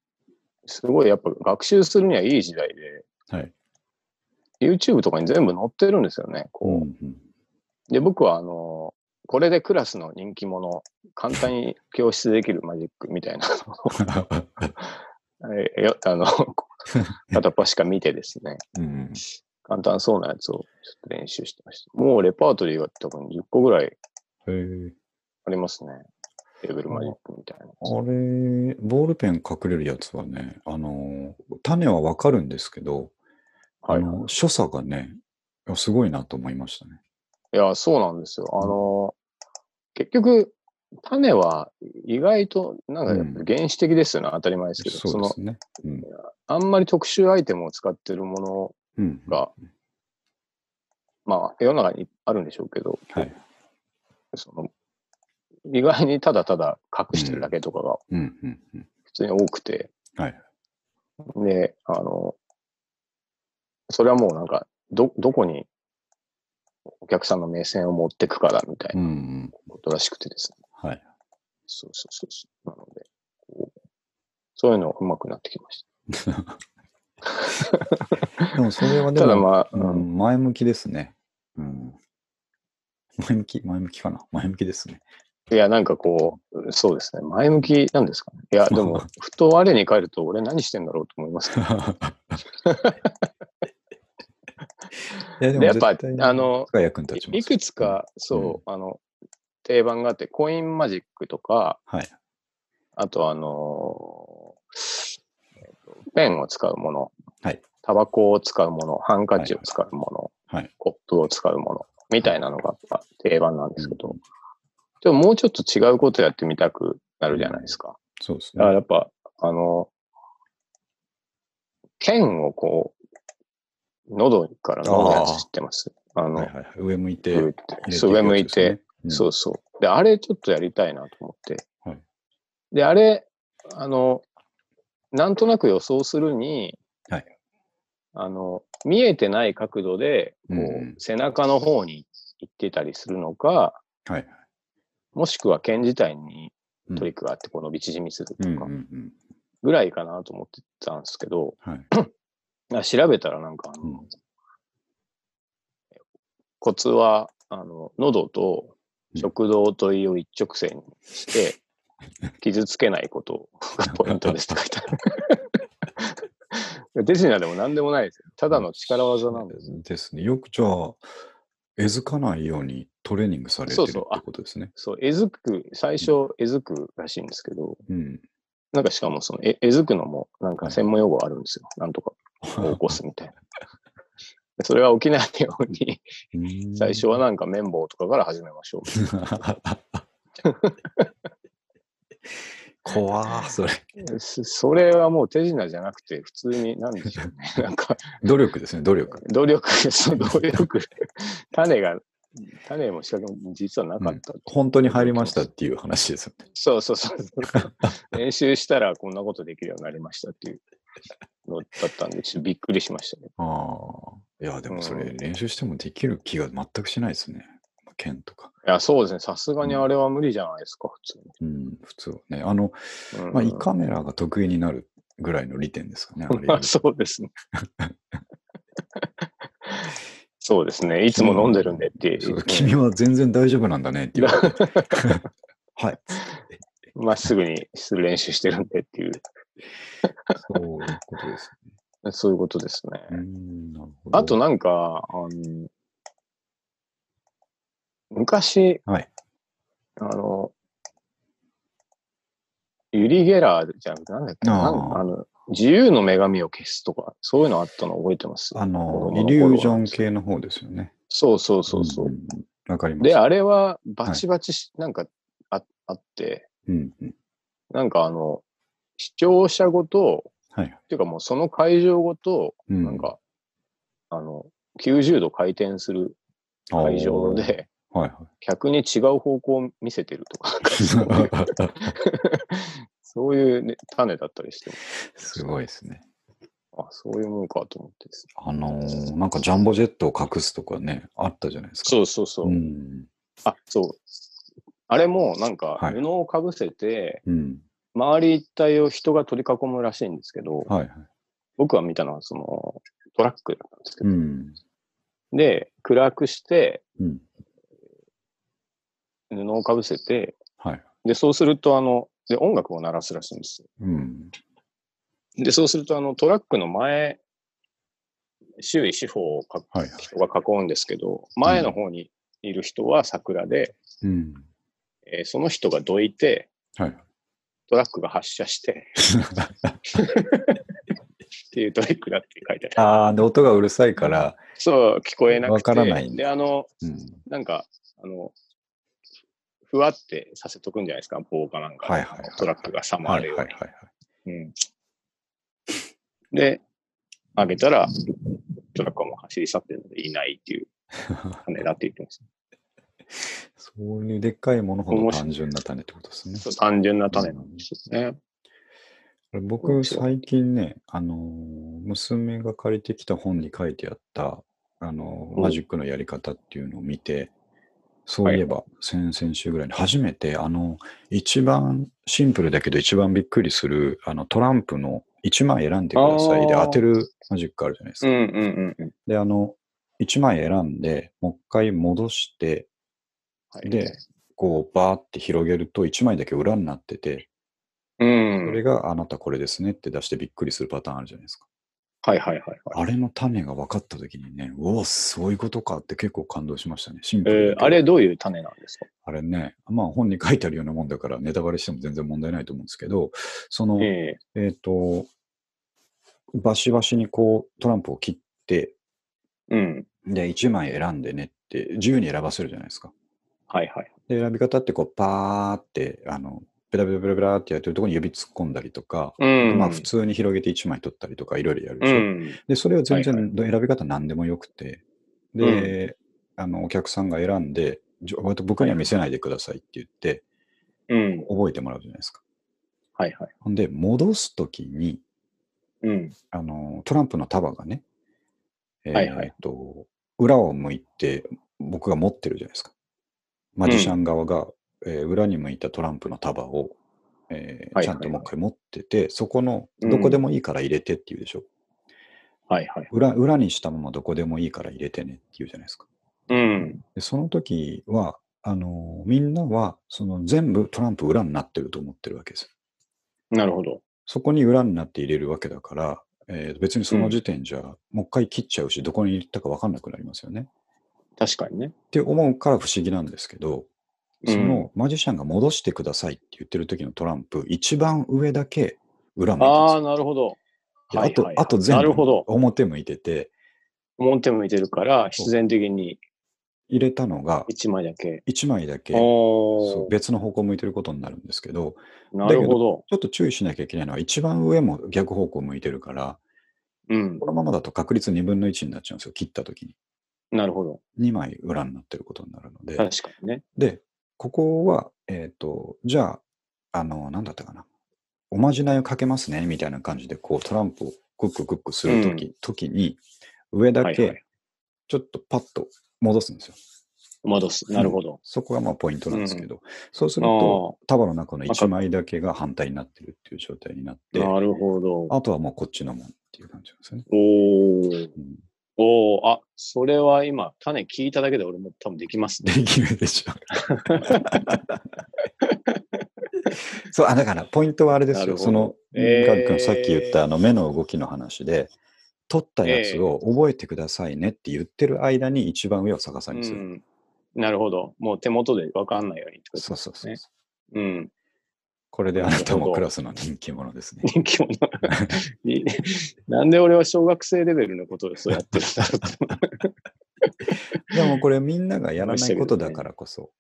S1: すごいやっぱ学習するにはいい時代で、
S2: はい。
S1: YouTube とかに全部載ってるんですよね。こう
S2: うんうん [laughs]
S1: で、僕はあの、これでクラスの人気者、簡単に教室できるマジックみたいなのを [laughs] えーよあの、片っ端か見てですね、
S2: うん
S1: 簡単そうなやつをちょっと練習してました。もうレパートリーが多分10個ぐらい
S2: へえ。
S1: ありますね。テーブルマジックみたいなや
S2: あれ、ボールペン隠れるやつはね、あの、種はわかるんですけど、
S1: つ。はい
S2: あ。の、所作がね、いやすごいなと思いましたね。
S1: いや、そうなんですよ。あの、結局、種は意外と、なんかやっぱ原始的ですよね、当たり前ですけど、
S2: そう
S1: そ
S2: で
S1: の
S2: すね。うん。
S1: あんまり特殊アイテムを使ってるもの
S2: うん。は
S1: が、まあ、世の中にあるんでしょうけど、
S2: い。
S1: その意外にただただ隠してるだけとかが
S2: うん。うん。うん
S1: 普通に多くて、
S2: はい。
S1: で、あの、それはもうなんか、ど、どこにお客さんの目線を持ってくかだみたい
S2: うん
S1: な
S2: うん。
S1: ことらしくてですね。 [laughs]
S2: はい。
S1: そうそうそうそう。なので、こうそういうの上手くなってきまし
S2: でもそれは
S1: た。
S2: で
S1: ただ
S2: も、
S1: まあ、
S2: う
S1: うん
S2: ん、前向きですね。うん。前向き、前向きかな。前向きです
S1: [laughs]
S2: ね。
S1: いや、なんかこう、そうですね。前向きなんですかね。いや、でも、ふと我に返ると、俺何してんだろうと思いますけど。
S2: いや、で
S1: でやっぱ
S2: 絶対に
S1: あの
S2: が役に [laughs] 立ちます。
S1: いくつか、そう、あの、定番があって、コインマジックとか、
S2: はい。
S1: あと、あのーえっとペンを使うもの、
S2: はい
S1: タバコを使うもの、ハンカチを使うもの、
S2: はいはい
S1: コップを使うもの、みたいなのがやっぱ定番なんですけど、でももうちょっと違うことやってみたくなるじゃないですか。
S2: そうです
S1: だ
S2: ね
S1: から。やっぱ、あの、剣をこう、喉から飲むやつ知ってます。あの、
S2: はいはいはい、上向いて
S1: グ
S2: 入れ
S1: ーって
S2: ていくやつです
S1: そ
S2: ね、
S1: う上向いて、
S2: うん
S1: そうそう。で、あれちょっとやりたいなと思って。
S2: はい
S1: で、あれ、あの、なんとなく予想するに、
S2: はい
S1: あの、見えてない角度で、こう、
S2: うんうん
S1: 背中の方に行ってたりするのか、
S2: はい。
S1: もしくは剣自体に
S2: うん
S1: トリックがあって、こう伸び縮みする
S2: うんう
S1: とか、
S2: んうん。
S1: ぐらいかなと思ってたんですけど、
S2: はい。
S1: あ調べたらなんかあの、
S2: うん
S1: コツは、あの、喉と食道と胃を一直線にして、 [laughs] 傷つけないことがポイントですって書いてあ [laughs] る。デジナでも何でもないですよ。ただの力技なんです。
S2: ですね。よくじゃあ、えずかないようにトレーニングされてる
S1: そ
S2: っ
S1: う
S2: て
S1: そうあ
S2: ことですね。
S1: そう、えずく、最初、えずくらしいんですけど、
S2: うん。
S1: なんかしかもその、ええずくのも、なんか専門用語あるんですよ。なんとかを
S2: [laughs]
S1: 起こすみたいな。それは起きないように、最初はなんか綿棒とかから始めましょうみたいな
S2: な。 [laughs] 怖ー、それ。
S1: そそれはもう手品じゃなくて、普通に、なんでしょう
S2: [laughs]
S1: ね。なんか、
S2: 努力ですね、努力。
S1: 努力、その努力、種が、種も仕掛けも実はなかった。
S2: 本当に入りましたっていう話ですよね。
S1: そうそうそう。練習したらこんなことできるようになりましたっていうのだったんで、ちょっとびっくりしましたね。
S2: ああ。いや、でもそれ
S1: うん
S2: 練習してもできる気が全くしないですね。剣とか。
S1: いや、そうですね。さすがにあれは無理じゃないですか、普
S2: うん、普通はね。あの、
S1: 通に。うん
S2: まあ、胃カメラが得意になるぐらいの利点ですかね。あれ
S1: [laughs] そうです
S2: [laughs]
S1: ね。そうですね。いつも飲んでるんでって。
S2: そう君は全然大丈夫なんだねって言われて。 [laughs] はい。
S1: まっすぐにする練習してるんでっていう。
S2: そういうことです
S1: そういうことですね。
S2: ね。うんなるほど
S1: あと、なんか、あの昔、
S2: はい
S1: あの、ユリ・ゲラーじゃなくて、なんだっけ
S2: あー
S1: なんあの自由の女神を消すとか、そういうのあったの覚えてます
S2: あの
S1: 子供、
S2: イ
S1: の頃
S2: リュージョン系の方ですよね。
S1: そうそうそうそう。
S2: ん。わかります。
S1: で、あれはバチバチし、なんかああって、
S2: うんうん。
S1: なんかあの、視聴者ごと、
S2: はい。
S1: っていうかもうその会場ごと、
S2: うん
S1: なんか、あの、90度回転する会場。で、
S2: あーはい [laughs]
S1: 客に違う方向を見せてるとか、 [laughs]
S2: は
S1: そういう、ね、種だったりして、
S2: い。すごいですね。
S1: あ、そういうもんかと思ってですね
S2: あのー、なんかジャンボジェットを隠すとかね、あったじゃないですか。
S1: そうそうそう。
S2: うん。
S1: あ、そう。あれもなんか
S2: はい
S1: 布をかぶせて、
S2: うん。
S1: 周り一帯を人が取り囲むらしいんですけど、
S2: はいはい。
S1: 僕は見たのはそのトラックだったんですけ
S2: う
S1: ど、
S2: ん。
S1: で、暗くして
S2: うん。
S1: 布をかぶせて、
S2: はい。
S1: で、そうするとあの、で、音楽を鳴らすらしいんですよ
S2: うん。
S1: で、そうすると、あの、トラックの前周囲四方をか
S2: はいはい。
S1: 人が囲うんですけど、前の方にいる人は桜で、
S2: うん。
S1: えーその人がどいて、
S2: はい。
S1: トラックが発射して、っていうトリックだって書いてある。
S2: ああ、で、音がうるさいから、
S1: そう、聞こえなくて。
S2: わからないんだ
S1: で、あの、
S2: うん。
S1: なんか、あの、ふわってさせとくんじゃないですか、棒かなんか。
S2: はいはいはい
S1: トラックがさま
S2: は
S1: あ
S2: い
S1: れ
S2: はいは
S1: を、
S2: いはい。
S1: うん。で、上げたら、トラックはもう走り去ってるのでいないっていう、 [laughs] 種だって言ってます。
S2: そういうでっかいものほど単純な種ってことですね。
S1: そう単純な種なんですよね。
S2: 僕、最近ね、あのー、娘が借りてきた本に書いてあった、あのー、
S1: うん
S2: マジックのやり方っていうのを見て、そういえば、先々週ぐらいに初めて、あの、一番シンプルだけど一番びっくりする、あの、トランプの1枚選んでくださいで
S1: あー
S2: 当てるマジックあるじゃないです
S1: う
S2: か。
S1: んうんうんうん。
S2: で、あの、1枚選んで、もう一回戻して、
S1: はい、
S2: で、こう、バーって広げると、1枚だけ裏になってて、
S1: う
S2: そ
S1: ん。
S2: れがあなたこれですねって出してびっくりするパターンあるじゃないですか。
S1: はいはいはいはい。
S2: あれの種が分かった時にね、うお、そういうことかって結構感動しましたね。シンプルだ
S1: え
S2: け
S1: ー
S2: ど
S1: あれどういう種なんですか
S2: あれね、まあ本に書いてあるようなもんだからネタバレしても全然問題ないと思うんですけど、その、えっ、
S1: え
S2: と、バシバシにこうトランプを切って、
S1: えうん。
S2: で、1枚選んでねって自由に選ばせるじゃないですか。
S1: はいはい。
S2: で、選び方ってこうパーって、あの、ペラペラペラペラってやってるところに指突っ込んだりとか、
S1: うん。
S2: まあ普通に広げて1枚取ったりとかいろいろやるで
S1: う
S2: しょ。
S1: ん。
S2: で、それは全
S1: はい
S2: 然選び方何でもよくて、で、あの、お客さんが選んで、じょ僕には見せないでくださいって言って、
S1: うん。
S2: 覚えてもらうじゃないですか。
S1: はいはい。
S2: ほんで、戻すときに、
S1: うん。
S2: あの、トランプの束がね、えー
S1: はいはい
S2: えっと、裏を向いて、僕が持ってるじゃないですか。マジシャン側が、えー裏に向いたトランプの束を、えー
S1: はいはいはい
S2: ちゃんともう一回持ってて、そこの、どこでもいいから入れてって言うでしょ。
S1: はいはい。
S2: 裏裏にしたままどこでもいいから入れてねって言うじゃないですか。
S1: うん。
S2: でその時は、あのみんなはその全部トランプ裏になってると思ってるわけですよ。
S1: なるほど。
S2: そこに裏になって入れるわけだから、えー別にその時点じゃ、もう一回切っちゃうし、どこに行ったか分かんなくなりますよね。
S1: 確かにね。
S2: って思うから不思議なんですけど、
S1: うん
S2: そのマジシャンが戻してくださいって言ってる時のトランプ、一番上だけ裏向いて
S1: あ
S2: る
S1: あ、
S2: ん
S1: なるほど。
S2: ですよであと、あと全
S1: なるほ
S2: 部
S1: ど。
S2: 表向いてて、
S1: 表向いてるから、必然的に
S2: 入れたのが
S1: 1枚だけ。
S2: 1枚だけそ
S1: お
S2: う別の方向向いてることになるんですけど、
S1: お。なる
S2: だけ
S1: ほど。
S2: ちょっと注意しなきゃいけないのは、一番上も逆方向向いてるから、
S1: うん
S2: こ。のままだと確率2分の1になっちゃうんですよ、切った時に。
S1: なるほど。
S2: 2枚裏になってることになるので。
S1: 確かにね。
S2: で、ここは、えっ、と、じゃあ、あの、なんだったかな。おまじないをかけますね、みたいな感じで、こう、トランプをクッククックするとき、
S1: う
S2: 時に、上だ
S1: はいはい
S2: け、ちょっとパッと戻すんですよ。
S1: 戻す。なるほど。
S2: そこがまあポイントなんですけど、そうす
S1: あ
S2: ると、
S1: あ
S2: 束の中の1枚だけが反対になってるっていう状態になって、
S1: なるほど。
S2: あとはもうこっちのもんっていう感じなんですよね。
S1: おー
S2: うん
S1: おーあ、それは今、種聞いただけで俺も多分できますね。
S2: できるでしょ。そうあだからポイントはあれです
S1: なる
S2: よ。
S1: ほど
S2: その、
S1: えー
S2: ガク君さっき言ったあの目の動きの話で、取ったやつを覚えてくださいねって言ってる間に一番上を探さ
S1: う
S2: ないんですよ。
S1: ん。なるほど。もう手元で分かんないようにってこと
S2: そうそうそうそう、
S1: ねうん。 [laughs]
S2: これであなた
S1: なるほ
S2: も
S1: ど
S2: クラスの人気者ですね。
S1: 人気者。
S2: [laughs]
S1: いなんで俺は小学生レベルのことをそうやってるんだろうと思
S2: [laughs]
S1: って
S2: でもこれみんながやらないことだからこそ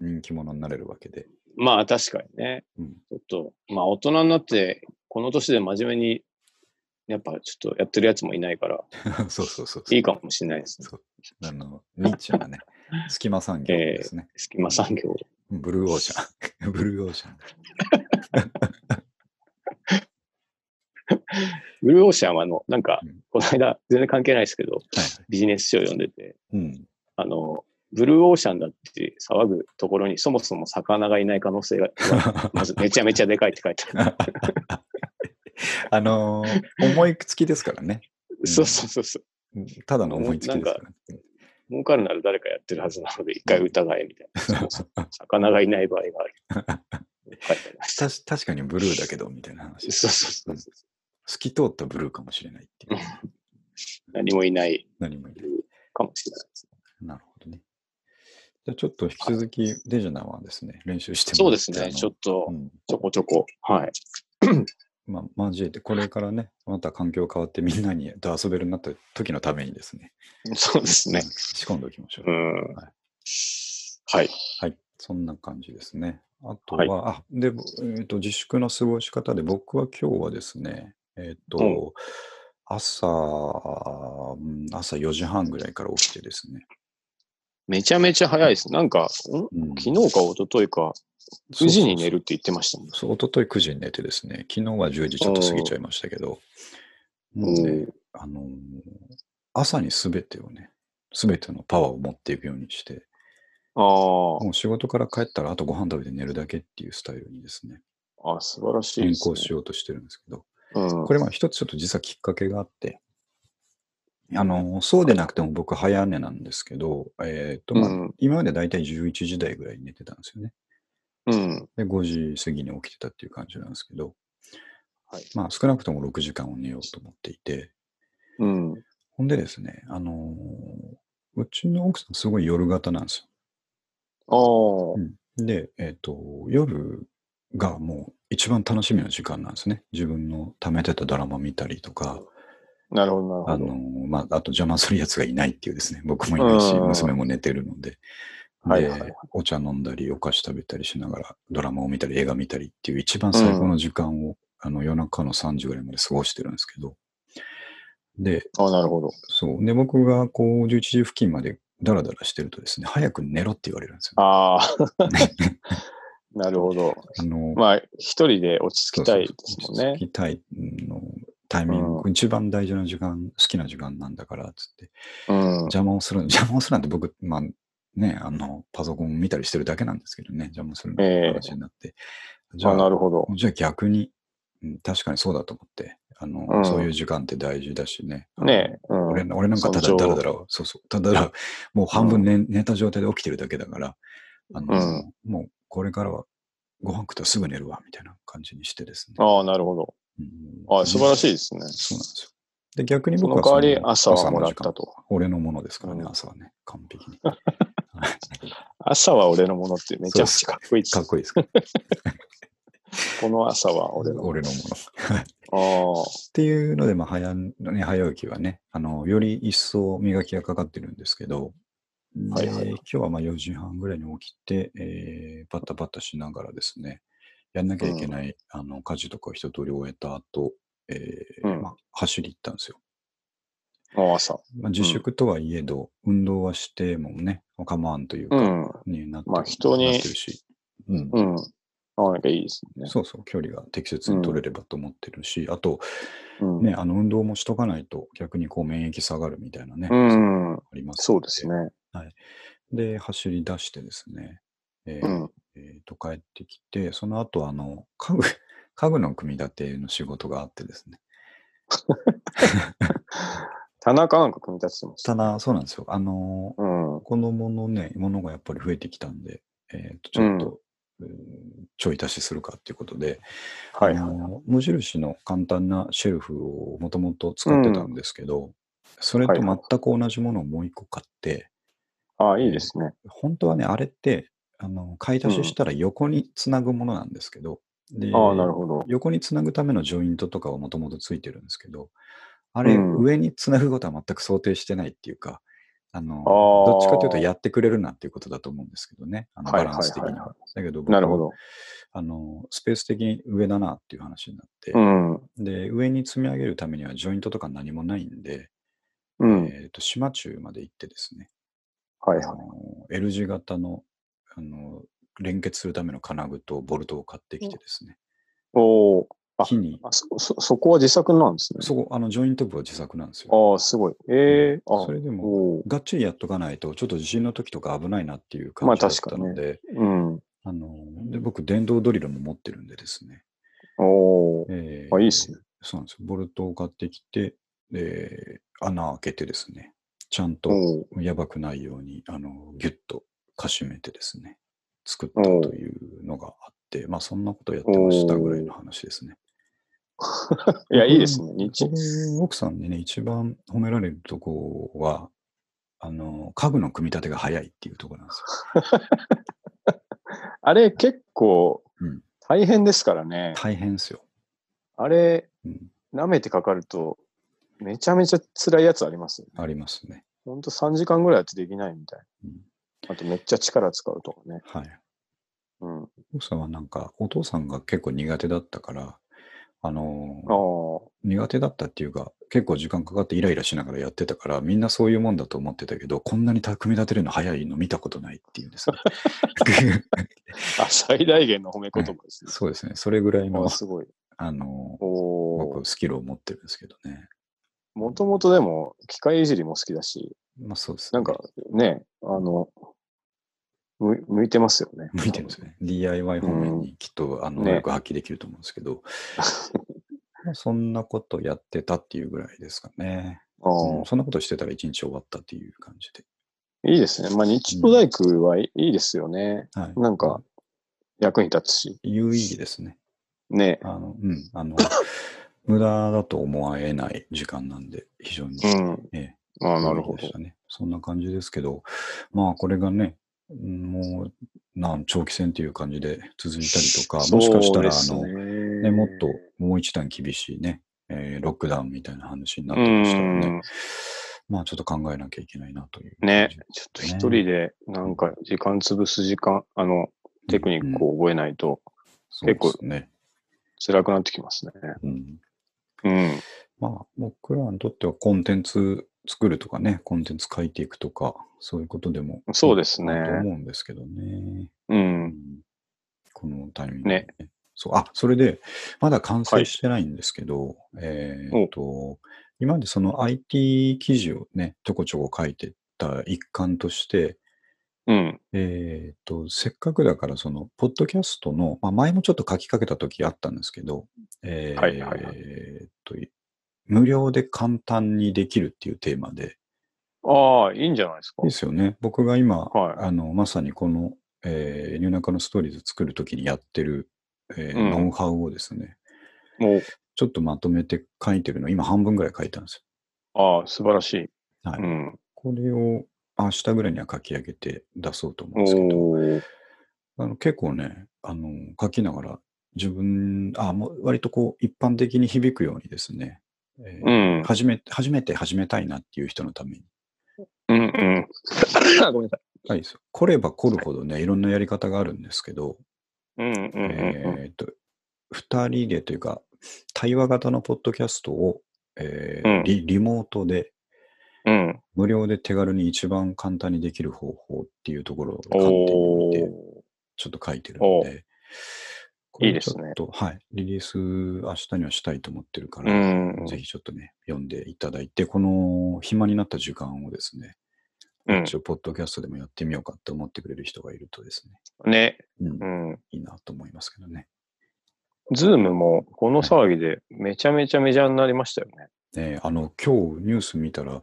S2: 人気者になれるわけで。 [laughs]
S1: まあ確かにね。
S2: うん
S1: ちょっと、まあ大人になって、この年で真面目に、やっぱちょっとやってるやつもいないから、
S2: そうそうそうそう
S1: いいかもしれないですね。
S2: そうあの、ニッチェがね、隙間産業です
S1: [laughs]
S2: ね。
S1: 隙間産業。
S2: ブルーオーシャン。 [laughs] ブルーオーシャン。
S1: ブルーオーシャンはあの、なんか
S2: うん、
S1: この間、全然関係ないですけど、
S2: はい。
S1: ビジネス書を読んでて、
S2: うん。 [laughs]
S1: あの、ブルーオーシャンだって騒ぐところにそもそも魚がいない可能性が、
S2: [laughs]
S1: まずめちゃめちゃでかいって書いてある。
S2: あのー思いつきですからね。ん
S1: そうそうそうそう。
S2: うんただの思いつきですから、ね。
S1: 儲かるなら誰かやってるはずなので、一回疑えみたいな。
S2: [laughs]
S1: そもそも魚がいない場合がある。書いてありました
S2: たし確かにブルーだけど、みたいな話。
S1: そうそうそうそう。
S2: [laughs] 透き通ったブルーかもしれないっていう。
S1: 何もいない
S2: 何もいない。
S1: かもしれないですね。
S2: なるほどね。じゃあちょっと引き続き、デジャナはですね、練習して
S1: そう
S2: もら
S1: で
S2: って
S1: すね。ちょっ
S2: あのう
S1: と、
S2: ん
S1: ちょこちょこ。はい。
S2: まあ、交えて、これからね、また環境変わってみんなにと遊べるようになった時のためにですね、
S1: そうですね
S2: うん。仕込んでおきましょう。
S1: うん。
S2: は
S1: はい。
S2: はい、そんな感じですね。あと
S1: はい
S2: は、あで、ぼえーと、自粛の過ごし方で、僕は今日はですね、えっ、と、
S1: うん
S2: 朝、うん朝4時半ぐらいから起きてですね。
S1: めちゃめちゃ早いです。なんか、ん
S2: うん、
S1: 昨日か一昨日か、9時に寝るって言ってましたもん。
S2: そう、一昨日9時に寝てですね、昨日は10時ちょっと過ぎちゃいましたけど、もうね、あのー朝にすべてをね、すべてのパワーを持っていくようにして、
S1: おー
S2: もう仕事から帰ったらあとご飯食べて寝るだけっていうスタイルにですね、
S1: あーあ、素晴らしい
S2: 変
S1: です、
S2: 更
S1: ね。
S2: しようとしてるんですけど、
S1: うん
S2: これまあ一つちょっと実はきっかけがあって、あのー、そうでなくても僕早寝なんですけど、えっ、と、まあ、
S1: うん
S2: 今までだいたい11時台ぐらいに寝てたんですよね。
S1: うん。
S2: で、5時過ぎに起きてたっていう感じなんですけど、
S1: はい。
S2: まあ少なくとも6時間を寝ようと思っていて、
S1: うん。
S2: ほんでですね、あのーうちの奥さんすごい夜型なんですよ。
S1: あ
S2: う
S1: あ。
S2: んで、えっ、と、夜がもう一番楽しみの時間なんですね。自分の溜めてたドラマ見たりとか、
S1: なるほど、な
S2: あ
S1: る
S2: の
S1: ほど。
S2: ーまあ、あと邪魔するやつがいないっていうですね、僕もいないし、
S1: うん
S2: 娘も寝てるので、
S1: はいはいはい
S2: で、お茶飲んだり、お菓子食べたりしながら、ドラマを見たり、映画見たりっていう一番最高の時間を、あの夜中の3時ぐらいまで過ごしてるんですけど、で、
S1: ああ、なるほど。
S2: そう。で、僕がこう、11時付近までダラダラしてるとですね、早く寝ろって言われるんですよ。 [laughs]
S1: ああ。なるほど。
S2: あの、
S1: まあ、一人で落ち着
S2: そうそ
S1: きた
S2: う
S1: いですもんね
S2: 落。ち着きたいのタイミング、
S1: う
S2: 一番大事な時間、好きな時間なんだから、つって。
S1: うん。
S2: 邪魔をする、 [laughs] 邪魔をするなんて僕、まあ、ね、あの、パソコン見たりしてるだけなんですけどね、邪魔する
S1: ええ
S2: 話になって。じゃ
S1: あな
S2: あ、
S1: るほど。
S2: じゃあ逆に、うん確かにそうだと思って、あの、
S1: うん
S2: そういう時間って大事だしね。あの
S1: ねえ。う
S2: 俺
S1: ん。
S2: 俺なんかただ
S1: 尊重
S2: だらだら、そうそう、ただだら、もう半分寝,、寝た状態で起きてるだけだから、あのもうこれからはご飯食ったらすぐ寝るわ、みたいな感じにしてですね。
S1: ああ、なるほど。
S2: うん
S1: ああ、素晴らしいですね。
S2: そうなんですよ。で、逆に
S1: そ
S2: 僕は
S1: の代わり
S2: その
S1: 朝は
S2: の
S1: もらっ
S2: 時間
S1: たと。
S2: 俺のものですからね、
S1: うん
S2: 朝はね、完璧に。
S1: 朝は俺のものってめちゃくちゃかっこいいです
S2: かっこいいですから、
S1: この朝は [laughs] 俺のも
S2: 俺のもの。はい
S1: の。ああ。
S2: っていうので、まあ早、ね、早起きはね、あの、より一層磨きがかかってるんですけど、
S1: はいはい
S2: で今日はまあ4時半ぐらいに起きて、えーバタバタしながらですね、やんなきゃいけない、あの家事とかを一通り終えた後、えー
S1: うん
S2: まあ、走り行ったんですよ。
S1: もう朝。
S2: まあ、自粛とはいえど、運動はしてもね、構わんという
S1: う
S2: か、
S1: ん。
S2: になって,、
S1: まあ人に
S2: なってるし、うん
S1: うん。ああ、なんかいいですね。
S2: そうそう、距離が適切に取れればと思ってるし、あと、
S1: うん。
S2: ね、あの運動もしとかないと逆にこう免疫下がるみたいなね、
S1: うん。
S2: あります
S1: そうです
S2: ね。
S1: ね。
S2: で、走り出してですね、えー
S1: うん。
S2: えーと帰ってきて、その後あの家具、 [laughs] 家具の組み立ての仕事があってですね、
S1: 棚かなんか組み立ててました。
S2: ただ、そうなんですよ、あの
S1: うん。
S2: 子供のね、ものがやっぱり増えてきたんで、えーとちょっと、うんちょい足しするかっていうことで、
S1: はい
S2: あ
S1: はい。
S2: の無印の簡単なシェルフをもともと使ってたんですけど、それと全く同じものをもう一個買って、
S1: ああ、いいですね。
S2: 本当はね、あれって、あの買い足ししたら横につなぐものなんですけど、で
S1: ああ、なるほど。
S2: 横につなぐためのジョイントとかはもともとついてるんですけど、あれ、
S1: うん
S2: 上につなぐことは全く想定してないっていうか、あの
S1: あー
S2: どっちかというとやってくれるなっていうことだと思うんですけどね、あの
S1: は
S2: バ
S1: い
S2: ランス的には。
S1: はいはいは
S2: だけど僕
S1: なるほど。
S2: あの、スペース的に上だなっていう話になって、
S1: うん。
S2: で上に積み上げるためにはジョイントとか何もないんで、
S1: うん。
S2: えー、と島中まで行ってですね、
S1: はい
S2: あ
S1: は
S2: の L 字型のあの連結するための金具とボルトを買ってきてですね、
S1: い。おお。あ
S2: 木に、
S1: あそそそこは自作なんですね。
S2: そこ、あのジョイント部は自作なんですよ。
S1: ああ、すごい。ええあ
S2: それでも、
S1: おー
S2: がっちりやっとかないと、ちょっと地震の時とか危ないなっていう感
S1: まあ
S2: じだっ
S1: 確か
S2: た
S1: にね
S2: ので、
S1: うん。
S2: あので僕、電動ドリルも持ってるんでですね、
S1: おお。
S2: え
S1: あ、いいですね。
S2: そうなんですよ。ボルトを買ってきて、で穴開けてですね、ちゃんと
S1: おお。
S2: やばくないように、あの、ぎゅっとかしめてですね、作ったというのがあって、まあそんなことをやってましたぐらいの話ですね。
S1: いや、いいですね。日
S2: 僕奥さんにね、一番褒められるとこは、あの、家具の組み立てが早いっていうところなんです
S1: あれ結構
S2: うん
S1: 大変ですからね
S2: よ。。大変ですよ。
S1: あれ、
S2: うん、
S1: 舐めてかかると、めちゃめちゃ辛いやつありますよね。
S2: ありますね。
S1: ほんと3時間ぐらいやってできないみたい
S2: うん
S1: な。あとめっちゃ力使うとかね。
S2: はい。
S1: うん。あ
S2: 奥さんはなんか、お父さんが結構苦手だったから、あの
S1: あー。
S2: 苦手だったっていうか、結構時間かかってイライラしながらやってたから、みんなそういうもんだと思ってたけど、こんなに組み立てるの早いの見たことないっていうんですね。
S1: [laughs] あ、最大限の褒め言葉ですね。
S2: そうですね。それぐらい
S1: あ
S2: の
S1: ー、すごい。
S2: あの
S1: おお
S2: 僕、。スキルを持ってるんですけどね。
S1: もともとでも、機械いじりも好きだし、
S2: まあそうです、ね。
S1: なんか、ね、あの、む向いてますよね。
S2: 向いてるんですよね。DIY 方面にきっと、あの、
S1: ね
S2: 能力発揮できると思うんですけ
S1: [laughs]
S2: ど、まあそんなことやってたっていうぐらいですかね。
S1: あ
S2: う
S1: ー
S2: んそんなことしてたら一日終わったっていう感じで。
S1: いいですね。まあ、日曜大工はいいいですよね。
S2: はい。
S1: なんか、役に立つし。
S2: 有意義ですね。
S1: ね。
S2: あの、うん、あ
S1: [laughs]
S2: の、無駄だと思わえない時間なんで、非常に。
S1: うん。
S2: ええ
S1: ああ、なるほ
S2: 有意義で
S1: ど
S2: し。たね。そんな感じですけど、まあこれがね、うんもう、なん、長期戦っていう感じで続いたりとか、もしかしたら、あ
S1: そ
S2: の
S1: う、です
S2: ね、もっともう一段厳しいね、えーロックダウンみたいな話にな
S1: う
S2: ってましたら
S1: ん
S2: ね、。まあちょっと考えなきゃいけないなという感じ。
S1: ね。ちょっと一人で、なんか、時間潰す時間、あの、テクニックを覚えないと
S2: そうですね。
S1: 辛くなってきますね。
S2: うん、
S1: うん。
S2: まあ僕らにとってはコンテンツ作るとかね、コンテンツ書いていくとか、そういうことでも、
S1: そうですね
S2: いいと思うんですけどね。
S1: う。
S2: うんんこのタイミングで
S1: ね
S2: ねそうあ、それで、まだ完成してないんですけど、えーっと、今までその IT 記事をね、ちょこちょこ書いてた一環として、
S1: うん。
S2: えーっと、せっかくだから、その、ポッドキャストの、まあ、前もちょっと書きかけた時あったんですけど、えー
S1: はいはいはい
S2: えーっと、無料で簡単にできるっていうテーマで、
S1: ああ、いいんじゃないですか
S2: いいで。すよね。僕が今、
S1: はい
S2: あのまさにこの、えー、ニューナカのストーリーズ作るときにやってる、えー
S1: うん
S2: ノウハウをですね、
S1: もう、
S2: ちょっとまとめて書いてるの、今半分ぐらい書いたんです
S1: ああ、素晴らしい。
S2: よ。はい。
S1: うん。
S2: これを明日ぐらいには書き上げて出そうと思うんですけど、
S1: おー
S2: あの結構ね、あの書きながら自分、あもう割とこう一般的に響くようにですね、えー
S1: うん。
S2: 初め初めて始めたいなっていう人のために、
S1: うん
S2: [laughs]
S1: うん。ごめんなさい。
S2: はい、そう来れば来るほどね、いろんなやり方があるんですけど、
S1: うんうんうんうん。
S2: えっと、2人でというか、対話型のポッドキャストを、えー
S1: うん
S2: リリモートで、
S1: うん。
S2: 無料で手軽に一番簡単にできる方法っていうところを観
S1: お
S2: 点に見て、
S1: ー
S2: ちょっと書いてるので、こ
S1: いい
S2: れ
S1: で
S2: ち
S1: す
S2: ょ
S1: ね
S2: っと、はい、リリース明日にはしたいと思ってるか
S1: う
S2: ら、
S1: ん。
S2: ぜひちょっとね、読んでいただいて、この暇になった時間をですね、
S1: うん
S2: 一応、ポッドキャストでもやってみようかって思ってくれる人がいるとですね、
S1: ね。
S2: うん
S1: う、ん。
S2: いいなと思いますけどね。
S1: ズームもこの騒ぎでめちゃめちゃメジャーになりましたよね。
S2: ね、あの今日ニュース見たら、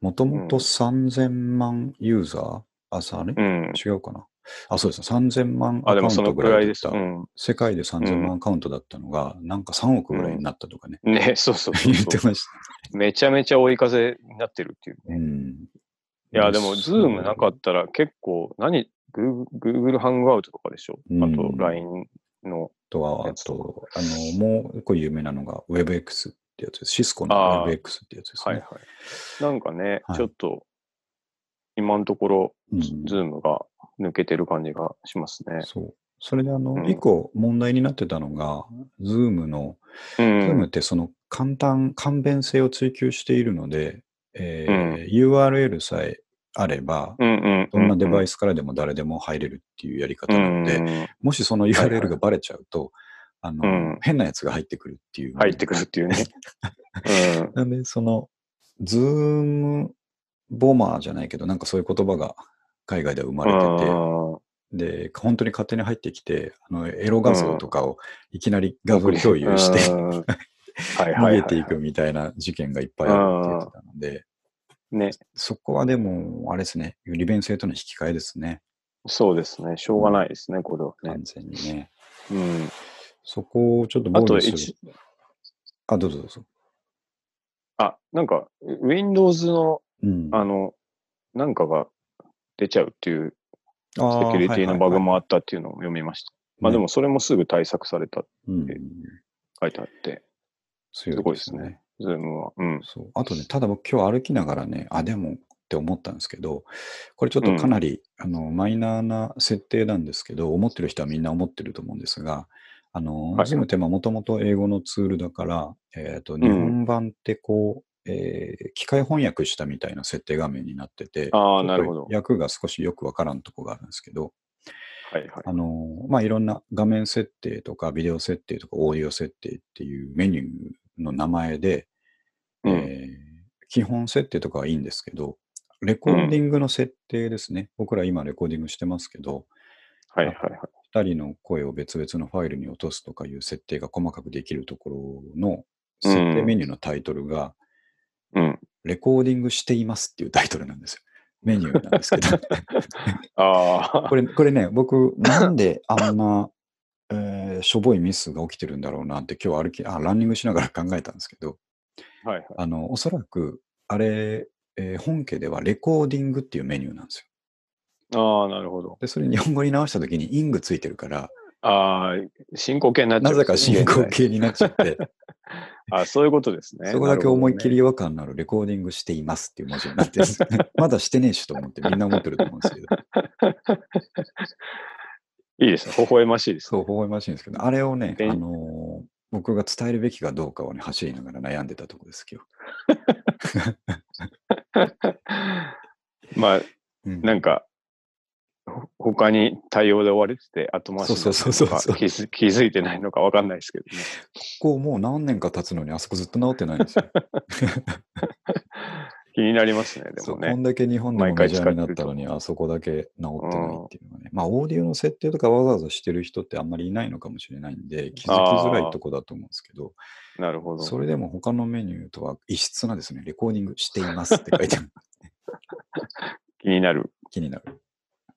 S2: もともと3000万ユーザー、あ、さあれ、
S1: うん。
S2: 違うかな。あ、そうです。3000万
S1: あ、
S2: ア
S1: で
S2: カウ
S1: も
S2: ン
S1: そ
S2: ト
S1: の
S2: ぐ
S1: く
S2: ら
S1: ら
S2: い
S1: い
S2: だっ
S1: です。
S2: た。
S1: うん。
S2: 世界で3000
S1: うん
S2: 万アカウントだったのが、なんか3億ぐらいになったとかね、
S1: ね、そうそうそう
S2: [laughs] 言っ
S1: そ
S2: てまし
S1: う。めちゃめちゃ追い風になってるっていう
S2: た。
S1: ね。
S2: うん。
S1: いや、でも、ズームなか
S2: っ
S1: ったら結構、何、Google Google ハングアウトとかでしょ
S2: うん
S1: あと、LINE の。
S2: たは、あと、あの、もう一個有名なのが WebX ってやつです。シスコの
S1: あー
S2: WebX ってやつです
S1: はい
S2: ね。
S1: はい。なんかね、
S2: はい
S1: ちょっと、今のところ、
S2: うん
S1: ズームが抜けてる感じがしますね。
S2: そう。それで、あ
S1: うん
S2: の、一個問題になってたのが、ズームの
S1: う
S2: ズームっ
S1: ん。
S2: てその簡単、簡便性を追求しているので、えー URL さえあれば、
S1: うんうん。
S2: どんなデバ
S1: イ
S2: イスからでも誰でも入れるっていうやり方
S1: う
S2: なの
S1: ん
S2: で、
S1: うん。
S2: もしその
S1: はいはい
S2: URL がバレちゃうと、あの、
S1: うん
S2: 変なやつが入ってくるっていう。
S1: 入ってくるってい
S2: [laughs]
S1: うね。うん。
S2: なんで、その、ズームボマーじゃないけど、なんかそういう言葉が海外では生まれてて、
S1: うん
S2: で、本当に勝手に入ってきて、あの、エロ画像とかをいきなり画像共有して、
S1: うんはい
S2: 逃
S1: はい、
S2: げ
S1: は
S2: てい
S1: い。
S2: くみたいな事件がいっぱいあるって言ってたので、
S1: ね、
S2: そこはでも、あれですね、利便性との引き換えですね、
S1: そうですね。しょうがないですね、これはね
S2: 完。全にね。
S1: うん。
S2: そこをちょっと
S1: あ
S2: 防
S1: と
S2: 御す
S1: 一
S2: る。、あ、どうぞどうぞ。
S1: あ、なんか、Windows の、
S2: うん。
S1: あの、なんかが出ちゃうっていう、
S2: あー
S1: セキュリティのバグもあ
S2: は
S1: ったっていうのを読みました。
S2: い
S1: ま
S2: は
S1: あ
S2: い
S1: で
S2: はい
S1: も、それもすぐ対策されたって
S2: ねうん、
S1: 書いてあって、
S2: 強
S1: すごいですね
S2: ね。
S1: ズームは。うん。
S2: そうあとね、ただ僕今日歩きながらね、あ、でもって思ったんですけど、これちょっとかなり、あのマイナーな設定なんですけど、思ってる人はみんな思ってると思うんですが、あの、
S1: はい
S2: Zoom ってまあもともと英語のツールだから、えっ、と、日本版ってこう、えー機械翻訳したみたいな設定画面になってて、ちょっ
S1: ああ、
S2: と
S1: なるほど。
S2: 訳が少しよくわからんとこがあるんですけど、
S1: はいはい。
S2: あの、まあ、いろんな画面設定とか、ビデオ設定とか、オーディオ設定っていうメニューの名前で、
S1: うん
S2: えー基本設定とかはいいんですけど、レコーディングの設定ですね。僕ら今レコーディングしてますけど、
S1: はいはいはい。
S2: 2人の声を別々のファイルに落とすとかいう設定が細かくできるところの設定メニューのタイトルが、
S1: うん。
S2: レコーディングしていますっていうタイトルなん
S1: [laughs]
S2: ですよ。メニューなんですけど。
S1: あ
S2: これ、これね、僕、なんであんな、えーしょぼいミスが起きてるんだろうなって、今日歩き、あ、ランニングしながら考えたんですけど、
S1: あ、はいはい。
S2: あの、おそらく、あれ、えー本家ではレコーディングっていうメニューなんですよ。
S1: ああ、なるほど。
S2: で、それ日本語に直したときにイングついてるから、
S1: ああ、進行形になっちゃ
S2: な
S1: う、
S2: ぜか進行。形になっちゃ
S1: [laughs]
S2: って、
S1: あそういうことですね。
S2: そこだけ思いっきり
S1: なる
S2: 違和感のあるレコーディングしていますっていう文字になってるんです、まだしてね [laughs] えしと思ってみんな思ってると思うんで
S1: [laughs]
S2: すけど、
S1: ほどね。いいですね。微笑ましいです
S2: そう、
S1: ね。
S2: 微笑ましいんですけど、あれをね、あ
S1: で
S2: のー僕が伝えるべきかどうかをね、走りながら悩んでたとこです、今日。
S1: [laughs] まあ、
S2: うん
S1: なんか、ほ他に対応で追われてて、後回しになっ
S2: そ
S1: て
S2: うそうそうそう
S1: とか気づ気づいてないのかわかんないですけどね。
S2: こうもう何年か経つのにあそこずっと治ってないんですよ。
S1: 気になりますね、で
S2: そ
S1: も
S2: うこ
S1: ね
S2: ん。だけ日本でも
S1: 毎回
S2: メジャーになったのにあそこだけ治ってないっていうのはね。まあオーディオの設定とかわざわざしてる人ってあんまりいないのかもしれないんで気づきづらいとこだと思うんですけど、
S1: なるほど。
S2: それでも他のメニューとは異質なですね、レコーディングしていますって書いてあ
S1: [laughs]
S2: る
S1: 気になる。
S2: 気になる。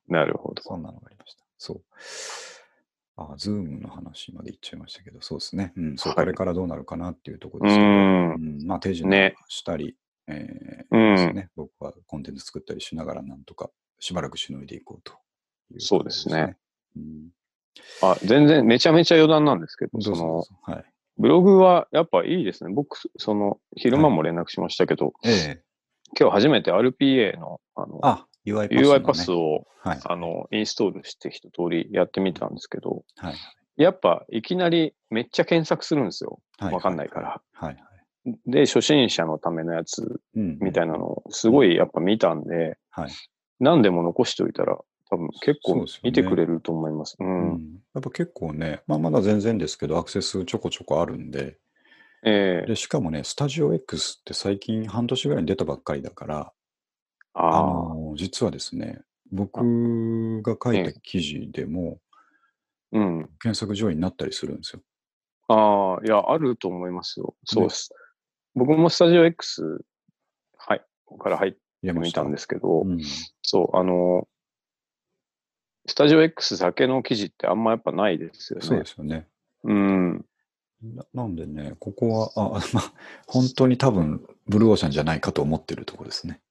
S1: なるほど。
S2: そんなのがありました。そう。あ、ズームの話まで行っちゃいましたけど、そうですね。うん、そう、
S1: はい
S2: これからどうなるかなっていうところ
S1: う
S2: ですけど、
S1: ーん。
S2: うん、まあ手品
S1: ね
S2: したり、えーで
S1: う
S2: す
S1: ん。
S2: ね、僕はコンテンツ作ったりしながら、なんとかしばらくしのいでいこうという
S1: そうですね
S2: 感じですね。
S1: あ、全然、めちゃめちゃ余談なんですけ
S2: うん、
S1: ど、そ
S2: どうぞどう
S1: の、
S2: ぞはい。
S1: ブログはやっぱいいですね。僕、その、昼間も連絡しましたけど、
S2: ええ
S1: 今日初めて RPA の、あの、 [laughs]
S2: あ、UI パス、ね。
S1: UI パス。を、
S2: はい。
S1: あの、インストールして一通りやってみたんですけど、
S2: はい。
S1: やっぱいきなりめっちゃ検索するんですよ。
S2: は
S1: わかんないか。ら。
S2: はい。はい。
S1: で、初心者のためのやつ
S2: うん
S1: みたいな
S2: の。
S1: のをすごいやっぱ見たんで、
S2: はい。
S1: 何でも残しておいたら多分結
S2: そう
S1: 構
S2: ですよね
S1: 見てくれると思います。う。
S2: うんん。やっぱ結構ね、まあまだ全然ですけど、アクセスちょこちょこあるんで、
S1: ええ
S2: で、しかもね、スタジオ X って最近半年ぐらいに出たばっかりだから、あ
S1: ああ、
S2: の、実はですね、僕が書い
S1: え
S2: た記事でも
S1: うん。
S2: 検索上位になったりするんですよ。
S1: ああ、いや、あると思いますよ。そうです。僕もスタジオ X、はい、から入って
S2: 入れま
S1: み
S2: した。
S1: たんですすけど、
S2: うん、
S1: そう、あの、スタジオ X だけの記事ってあんまやっぱないですよね。
S2: そうですよね。
S1: うん。
S2: ななんでね、ここは、あ、 [laughs] あまあ、本当に多分、ブルーオーシャンじゃないかと思ってるところですね。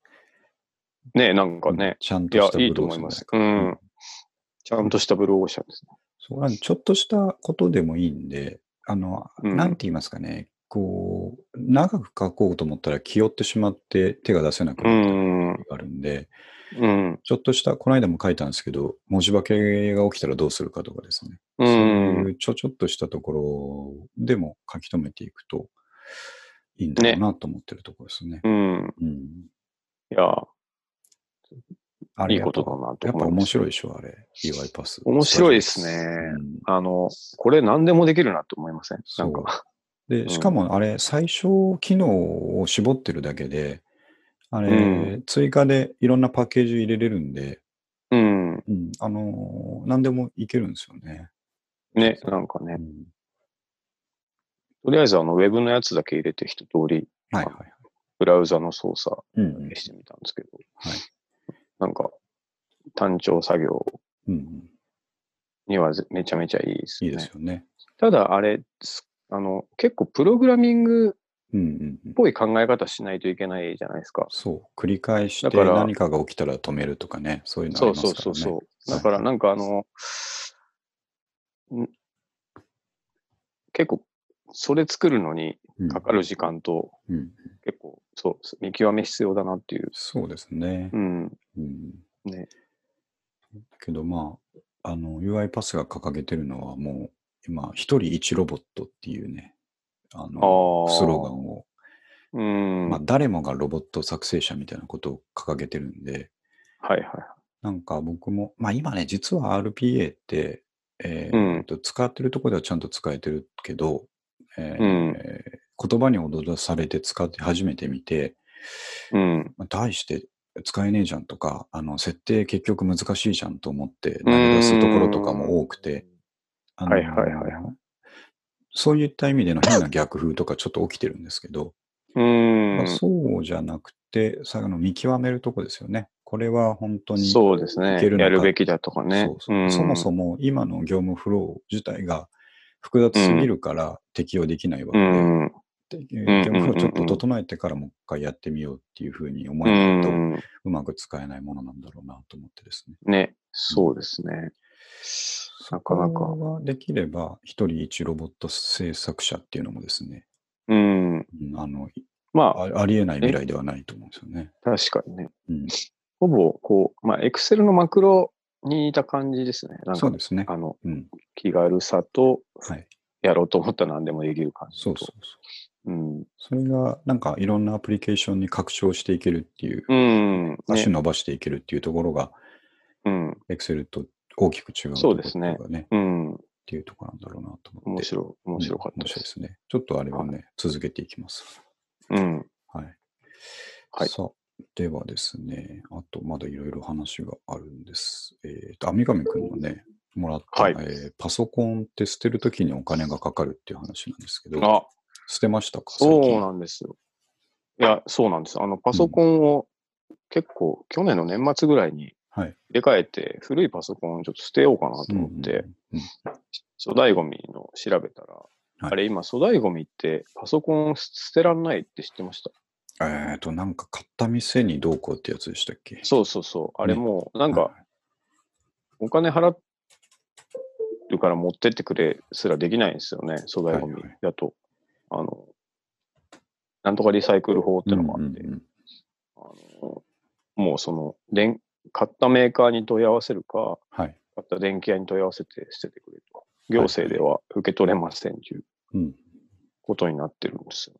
S1: ねなんか
S2: うん
S1: ね。
S2: ちゃん
S1: い
S2: と
S1: や
S2: し、たブ
S1: い
S2: ル
S1: い
S2: ー
S1: と
S2: オー
S1: 思
S2: シ
S1: い
S2: ャン
S1: ま
S2: じゃな。いかと
S1: すうん。ちゃんとしたブルーオーシャンですね。
S2: そうなんでちょっとしたことでもいいんで、あの、
S1: うん
S2: なんて言いますかね、こう、長く書こうと思ったら気負ってしまって手が出せなく
S1: う
S2: なる
S1: ん。
S2: あるんで、
S1: うん。
S2: ちょっとした、この間も書いたんですけど、文字化けが起きたらどうするかとかですね。
S1: う
S2: そうい
S1: ん。
S2: うちょちょっとしたところでも書き留めていくといいんだろうなと思ってるところですね。
S1: うん。
S2: うん。
S1: いや、
S2: あ
S1: い
S2: れ
S1: い
S2: やっ
S1: こと
S2: ぱ
S1: だなと
S2: やっぱ
S1: 思いま
S2: 面
S1: す。
S2: 白いでしょ、あれ。UI パス。
S1: 面白いですね
S2: うん
S1: あの、これ何でもできるなと思いません
S2: そ
S1: な
S2: うん
S1: か。
S2: で、しかもあれ、最小機能を絞ってるだけで、あれ、
S1: う
S2: 追加でいろんなパッケージ入れれるんで、
S1: うん。
S2: うん、あのー何でもいけるんですよね。
S1: ね、なんかね
S2: う。ん
S1: とりあえず、あの、ウェブのやつだけ入れて一通り、
S2: はいはいはい。
S1: ブラウザの操作
S2: うん
S1: だけしてみたんですけど、
S2: はい
S1: なんか、単調作業
S2: うんうん
S1: にはぜめちゃめちゃいいです
S2: い
S1: ね。
S2: いですよね。
S1: ただ、あれ、すあの、結構プログラミング
S2: うんうんうん
S1: っぽい考え方しないといけないじゃないですか。
S2: そう、繰り返して
S1: だから
S2: 何かが起きたら止めるとかね、そういうのあり
S1: そ
S2: ま
S1: う
S2: すから
S1: そ
S2: ね。
S1: うそうそう。
S2: はい
S1: だからなんかあの、ん結構、それ作るのに
S2: うん
S1: かかる時間と、
S2: うん
S1: 結構、そう、見極め必要だなっていう。
S2: そうですね
S1: う。ん。
S2: うん
S1: ね。
S2: けどまあ、あの、UI パスが掲げてるのはもう、今、一人一ロボットっていうね、あ
S1: あ
S2: の、
S1: あ。
S2: スローガンを、
S1: うん。
S2: まあ、
S1: はい
S2: 誰もがロボット作成者みたいなことを掲げてるんで、
S1: はい。
S2: なんか僕も、まあ今ね、実は RPA って、え
S1: う
S2: ー
S1: ん
S2: と使ってるとこではちゃんと使えてるけど、えー
S1: うん
S2: 言葉に踊らされて使って初めて見て、
S1: うん。
S2: まあ、対して使えねえじゃんとか、あの、設定結局難しいじゃんと思って投げ出すところとかも多くて、あの
S1: はいはいはいは
S2: そういった意味での変な逆風とかちょっと起きてるんですけど、
S1: うん。
S2: まあそうじゃなくて、さあの見極めるとこですよね。これは本当に
S1: そうです
S2: い
S1: ね。
S2: けるのか
S1: やるべきだとかね。
S2: そうそうそもそ
S1: も。
S2: も今の業務フロー自体が複雑すぎるから適用できないわ
S1: う
S2: けで、
S1: ん。うん。
S2: で
S1: ん
S2: 業務フローちょっ
S1: うんうんう
S2: と
S1: ん
S2: 整えてからもう一回やってみようっていうふうに思
S1: う
S2: えないと、うんまく使えないものなんだろうなと思ってですね。
S1: ね。そうですね。なかなか
S2: そこはできれば、一人一ロボット制作者っていうのもですね、
S1: うん。
S2: うんあのい
S1: ま
S2: あありえない未来ではないと思うんですよね。
S1: あ、確かにね。
S2: うん、
S1: ほぼ、こう、まあ、エクセルのマクロに似た感じですね。なん
S2: そ
S1: か
S2: う、ですね。
S1: あの、
S2: うん、
S1: 気軽さと、
S2: はい。
S1: やろうと思ったら何でもできる感じと。
S2: そうそうそう。
S1: うん。
S2: それが、なんかいろんなアプリケーションに拡張していけるっていう
S1: うん。ね
S2: 足伸ばしていけるっていうところが、
S1: うん。
S2: Excel と大きく違うところ
S1: そうですね
S2: とかね。
S1: うん。
S2: っていうところなんだろうなと思って。
S1: 面白い。面白かっ
S2: うん面
S1: たで。
S2: 白いですすね。ちょっとあれはね、続けていきます。
S1: うん。
S2: はい。
S1: はい
S2: さあ、ではですね、あとまだいろいろ話があるんです。えっ、と、網上くんのね、もらった、
S1: はい
S2: えーパソコンって捨てるときにお金がかかるっていう話なんですけど、
S1: あ、
S2: 捨てましたか
S1: そうな
S2: の
S1: んですよ。いや、そうなんです。あの、パソコンを結構、去年の年末ぐらいに
S2: はい。
S1: 入れ替えて、古いパソコンをちょっと捨てようかなと思って、粗大ゴミの調べたら、
S2: い
S1: あれ今、粗大ゴミってパソコン捨てらんないって知ってました
S2: うんうんえっ、と、なんか買った店にどうこうってやつでしたっけ
S1: そうそうそう。あれ
S2: ね
S1: もう、なん
S2: は
S1: か
S2: い、
S1: お金払うから持ってってくれすらできないんですよね、粗大ゴミ
S2: はいはい
S1: だと。あの、なんとかリサイクル法ってのもあって、
S2: うんうんうん
S1: あのもうその、電買ったメーカーに問い合わせるか、
S2: はい。
S1: 買った電気屋に問い合わせて捨ててくれと。行政では受け取れませんという
S2: うん。
S1: ことになってるんですよ、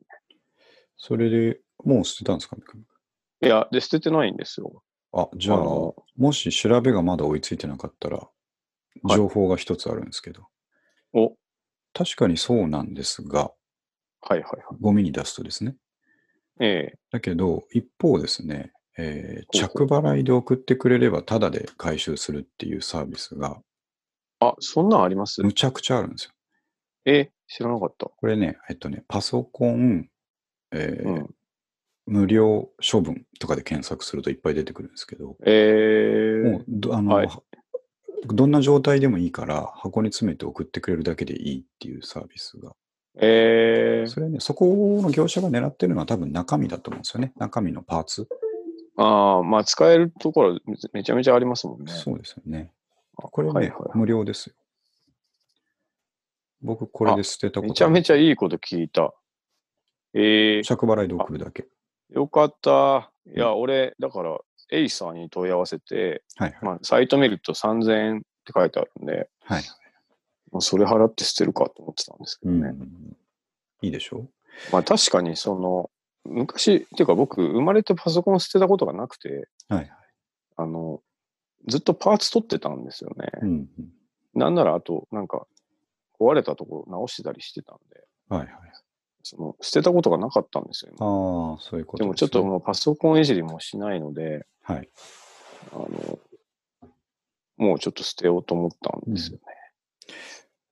S2: それでもう捨てたんですか
S1: ね。いや、で、捨ててないんですよ。
S2: あ、じゃあ、
S1: あの
S2: もし調べがまだ追いついてなかったら、
S1: い
S2: 情報が一つあるんですけど、
S1: お、はい
S2: 確かにそうなんですが、
S1: はいはい。
S2: ゴミに出すとですね。
S1: ええ
S2: だけど、一方ですね、えー
S1: ほ
S2: 着
S1: う
S2: 払いで送ってくれればタダで回収するっていうサービスが
S1: あ、そんなんあります
S2: むちゃくちゃあるんですよ。
S1: え、知らなかった。
S2: これね、えっとね、パソコン、えー
S1: うん
S2: 無料処分とかで検索するといっぱい出てくるんですけど、
S1: えー、
S2: もうどあの、
S1: はい
S2: どんな状態でもいいから箱に詰めて送ってくれるだけでいいっていうサービスが
S1: えー、
S2: それね、そこの業者が狙ってるのは多分中身だと思うんですよね。中身のパーツ。
S1: ああ、まあ使えるところめめちゃめちゃありますもんね。
S2: そうですよね。
S1: あ
S2: これね、
S1: はいはい
S2: 無料ですよ。僕、これで捨てたこと
S1: めちゃめ
S2: ち
S1: ちゃいいこと聞いた。えー、
S2: 着払いで送るだけ。
S1: よかった。いや、俺、だから、エイサーに問い合わせて、
S2: はいはい。
S1: まあ、サイト見ると3000円って書いてあるんで、
S2: はい
S1: もうそれ払って捨てるかと思ってたんですけ
S2: う
S1: ど
S2: ん
S1: ね。
S2: いいでしょ
S1: まあ、確かに、その、昔、っていうか僕、生まれてパソコン捨てたことがなくて、
S2: うはいはい。
S1: あの、ずっとパーツ取ってたんですよね。
S2: うん
S1: なんなら、あと、なんか、壊れたところ直してたりしてたんで、
S2: うんはいはい。
S1: その、捨てたことがなかったんですよ、今
S2: ああ、そういうこと
S1: でも、ちょっ
S2: すね
S1: ともうパソコンいじりもしないので、
S2: はい。
S1: あの、もうちょっと捨てようと思ったんですよね。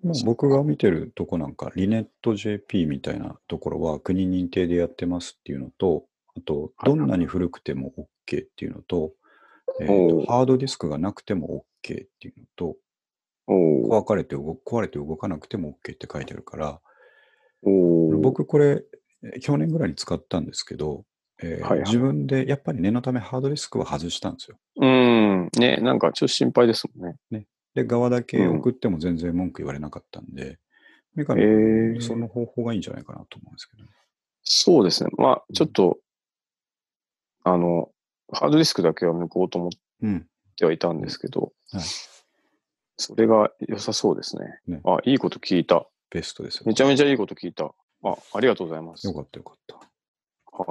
S2: もう僕が見てるとこなんか、リネット JP みたいなところは国認定でやってますっていうのと、あと、
S1: はい
S2: どんなに古くても OK っていうのと、えー
S1: おう
S2: とハードディスクがなくても OK っていうのと、
S1: おお
S2: 壊かれて動壊れて動かなくても OK って書いてあるから、
S1: おー
S2: 僕これ、え去年ぐらいに使ったんですけど、えー
S1: はいはい
S2: 自分でやっぱり念のためハードディスクは外したんですよ。
S1: うん。ね、なんかちょっと心配ですもんね。
S2: で、側だけ送っても全然文句言われなかったんで、メカミ
S1: へー
S2: その方法がいいんじゃないかなと思うんですけどね。
S1: そうですね。まあ、ちょっと、あの、ハードディスクだけは抜こうと思っ
S2: うん。
S1: てはいたんですけど、
S2: はい
S1: それが良さそうですね
S2: ね
S1: あ、いいこと聞いた。
S2: ベストですよ、
S1: めちゃめちゃいいこと聞いた。あ、ありがとうございます
S2: よ。かったよかった。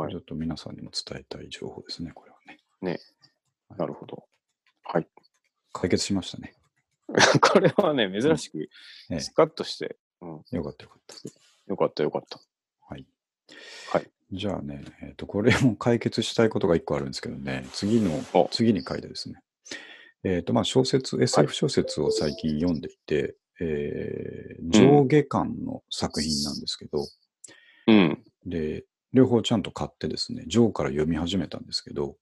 S1: は
S2: ち
S1: い。
S2: ょっと皆さんにも伝えたい情報ですね、これはね。
S1: なるほど。 [laughs] はい。
S2: 解決しましたね。
S1: これはね、珍しく
S2: ええ、
S1: スカッとして、うん、
S2: よかったよかった。
S1: よかったよかった。
S2: はい。
S1: はい
S2: じゃあね、えっとこれも [laughs] 解決したいことが1個あるんですけどね、次の
S1: お、
S2: 次に書いてですね、えっとまあ小説、SF 小説を最近読んでいて、えー上下巻の作品なんですけど、
S1: うん。
S2: で、両方ちゃんと買ってですね、上から読み始めたんですけど、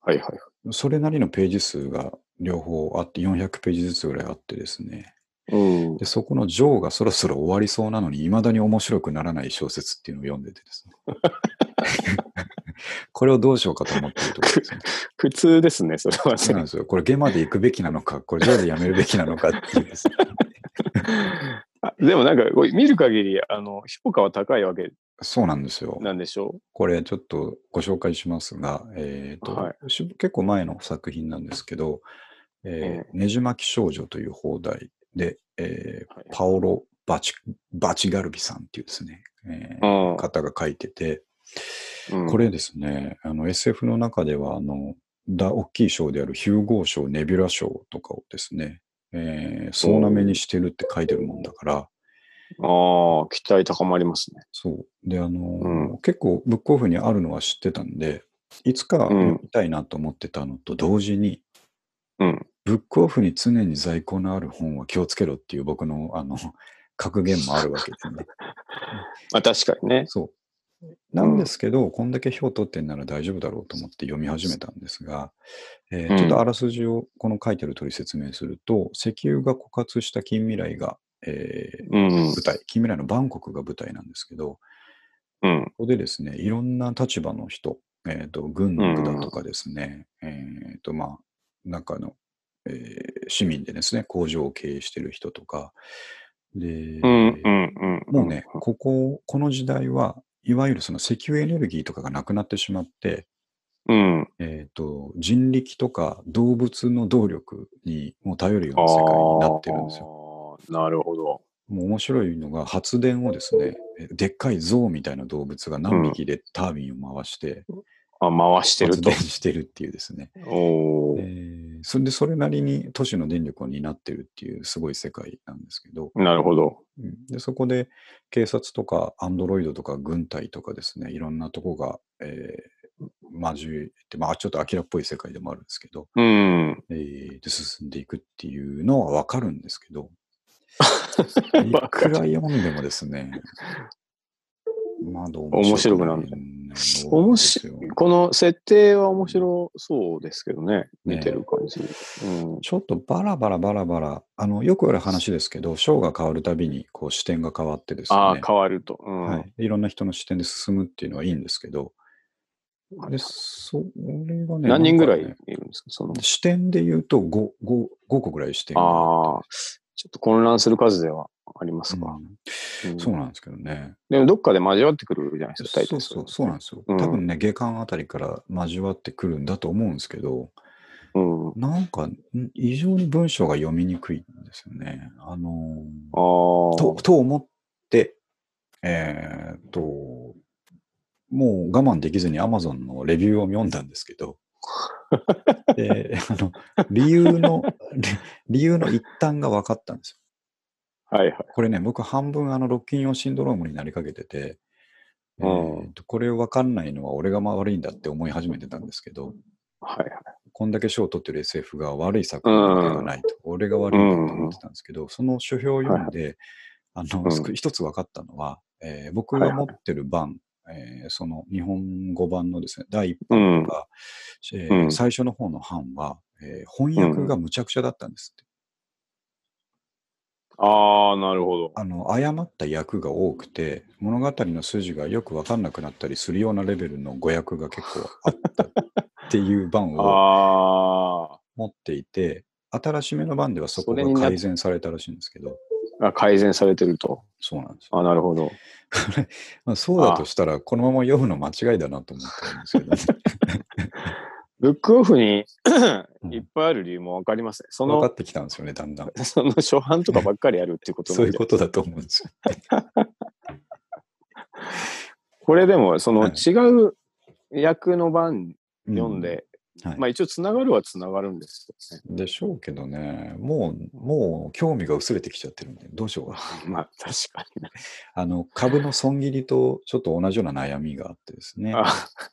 S1: はいはい。
S2: それなりのページ数が両方あって、400ページずつぐらいあってですね、
S1: うん
S2: で、そこの上がそろそろ終わりそうなのに、未だに面白くならない小説っていうのを読んでてですね。 [laughs] これをどうしようかと思っているところですね。
S1: 普通ですね、それ
S2: [laughs]
S1: は
S2: そうなん
S1: ね。
S2: ですよ。これ、ゲまで行くべきなのか、これ、上でやめるべきなのかっていうですね。
S1: [laughs] あでもなんか、これ見る限り、あの、評価は高いわけ
S2: そうなんですよ。
S1: なんでしょ
S2: これ、ちょっとご紹介しますが、えーと
S1: は
S2: し結構前の作品なんですけど、え
S1: え
S2: ーねじ巻き少女という放題で、えー
S1: はい
S2: パオロ・バチバチガルビさんっていうですね、え
S1: う。
S2: ー
S1: うん
S2: 方が書いてて、
S1: うん
S2: これですね、あの SF の中では、あの、だ大きい賞であるヒューゴー賞、ネビュラ賞とかをですね、えー総なめにしてるって書いてるもんだから、
S1: ああ、期待高まりますね。
S2: そう。で、あの、
S1: う
S2: 結構ブックオフにあるのは知ってたんで、いつか
S1: うん
S2: 見たいなと思ってたのと同時に、
S1: うん。
S2: ブックオフに常に在庫のある本は気をつけろっていう僕の、あの、 [laughs] 格言もあるわけです
S1: [laughs]
S2: ね。
S1: まあ確かにね。
S2: そう。なんですけど、こんだけ票取ってんなら大丈夫だろうと思って読み始めたんですが、えー
S1: うん
S2: ちょっとあらすじをこの書いてる通り説明すると、石油が枯渇した近未来が、えー
S1: うん
S2: 舞。台、近未来のバンコクが舞台なんですけど、
S1: うん。
S2: ここでですね、いろんな立場の人、えー、と軍のだとかですね、えーとまあ、中の、えー市民でですね、工場を経営してる人とか、で、
S1: うん。うん。うん。
S2: もうね、ここ、この時代は、いわゆるその石油エネルギーとかがなくなってしまって、
S1: うん。
S2: えー、と人力とか動物の動力にもう頼るような世界になってるんですよ。
S1: よ。なるほど。
S2: もう面白いのが発電をですね、えでっかい象みたいな動物が何匹でタービンを回して
S1: あ、回してる
S2: 発
S1: と
S2: 電。してるっていうです
S1: [laughs]
S2: ね。
S1: お
S2: え
S1: ー
S2: ーそれでそれなりに都市の電力を担ってるっていうすごい世界なんですけど、
S1: なるほど。
S2: うんで、そこで警察とかアンドロイドとか軍隊とかですね、いろんなとこが、えー交えて、まあちょっとアキラっぽい世界でもあるんですけど、
S1: うん。
S2: えーで進んでいくっていうのはわかるんですけ
S1: [laughs]
S2: ど、い
S1: わか
S2: く
S1: る
S2: ら読んでもですね、まだ
S1: 面白くなんない面白い。この設定は面白そうですけどね。
S2: ね
S1: 見てる感じ。うん。
S2: ちょっとバラバラバラバラ、あの、よくある話ですけど、章が変わるたびに、こう、視点が変わってですね。
S1: ああ、変わると。うん。
S2: はい、いろんな人の視点で進むっていうのはいいんですけど、
S1: はい
S2: でそれがね、
S1: 何人ぐらいい
S2: なん
S1: る
S2: かね
S1: んですかその。
S2: 視点で言うと 5, 5, 5個ぐらい視点が
S1: ああ、ちょっと混乱する数ではありますか。
S2: うんそうなんですけどね。
S1: でもどっかで交わってくるじゃないです
S2: そ
S1: か、大体
S2: うそう、そうなんですよ。多分ね、下巻あたりから交わってくるんだと思うんですけど、
S1: うん。あ
S2: なんか、ん異常に文章が読みにくいんですよね。あのー
S1: あー。
S2: とと思って、えーっと、もう我慢できずに Amazon のレビューを読んだんですけ
S1: [laughs]
S2: ど、であの理由の、 [laughs] 理理由の一端が分かったんです
S1: はいはい。
S2: よ。これね、僕半分あの、ロッキン用シンドロームになりかけてて、え
S1: うん
S2: ーっとこれ分かんないのは俺が悪いんだって思い始めてたんですけど、
S1: はいはい。
S2: こんだけ賞を取ってる SF が悪い作品ではないと、俺が悪いんだと思ってたんですけど、その書評を読んで、あの、
S1: うん
S2: すく一つ分かったのは、えー僕が持ってる版、えーその日本語版のですね、第1
S1: うん
S2: 版。が、え
S1: う
S2: ー
S1: ん
S2: 最初の方の版は、えー翻訳がむちゃくちゃだったんですって。
S1: ああ、なるほど。
S2: あの誤った役が多くて物語の筋がよく分かんなくなったりするようなレベルの誤訳が結構あったっていう版
S1: [laughs]
S2: を
S1: あ
S2: 持っていて新しめの版ではそこ
S1: それ
S2: が
S1: にな
S2: 改善されたらしいんですけど
S1: ーあ、改善されてると。
S2: そうなんですよ、
S1: あなるほど。
S2: まあ、そうだとしたらこのまま読むの間違いだなと思ってるんですけど、
S1: ブックオフに
S2: うん
S1: [coughs] いっぱいある理由もわかりますね。 [laughs] そ
S2: 分か
S1: の、
S2: ってきたんですよねだんだん
S1: [laughs] その初版とかばっかりやるっていうことなん
S2: そう
S1: で
S2: いうことだと思うんですよ
S1: これでも、そ
S2: は
S1: の
S2: い
S1: 違う役の版
S2: う
S1: 読んで、
S2: はい
S1: まあ一応つながるはつながるんですよ
S2: [laughs] でしょうけどねもうもう興味が薄れてきちゃってるんでどうしようか
S1: ね。まあ確かにね。
S2: あの株の損切りとちょっと同じような悩みがあってですね。
S1: あ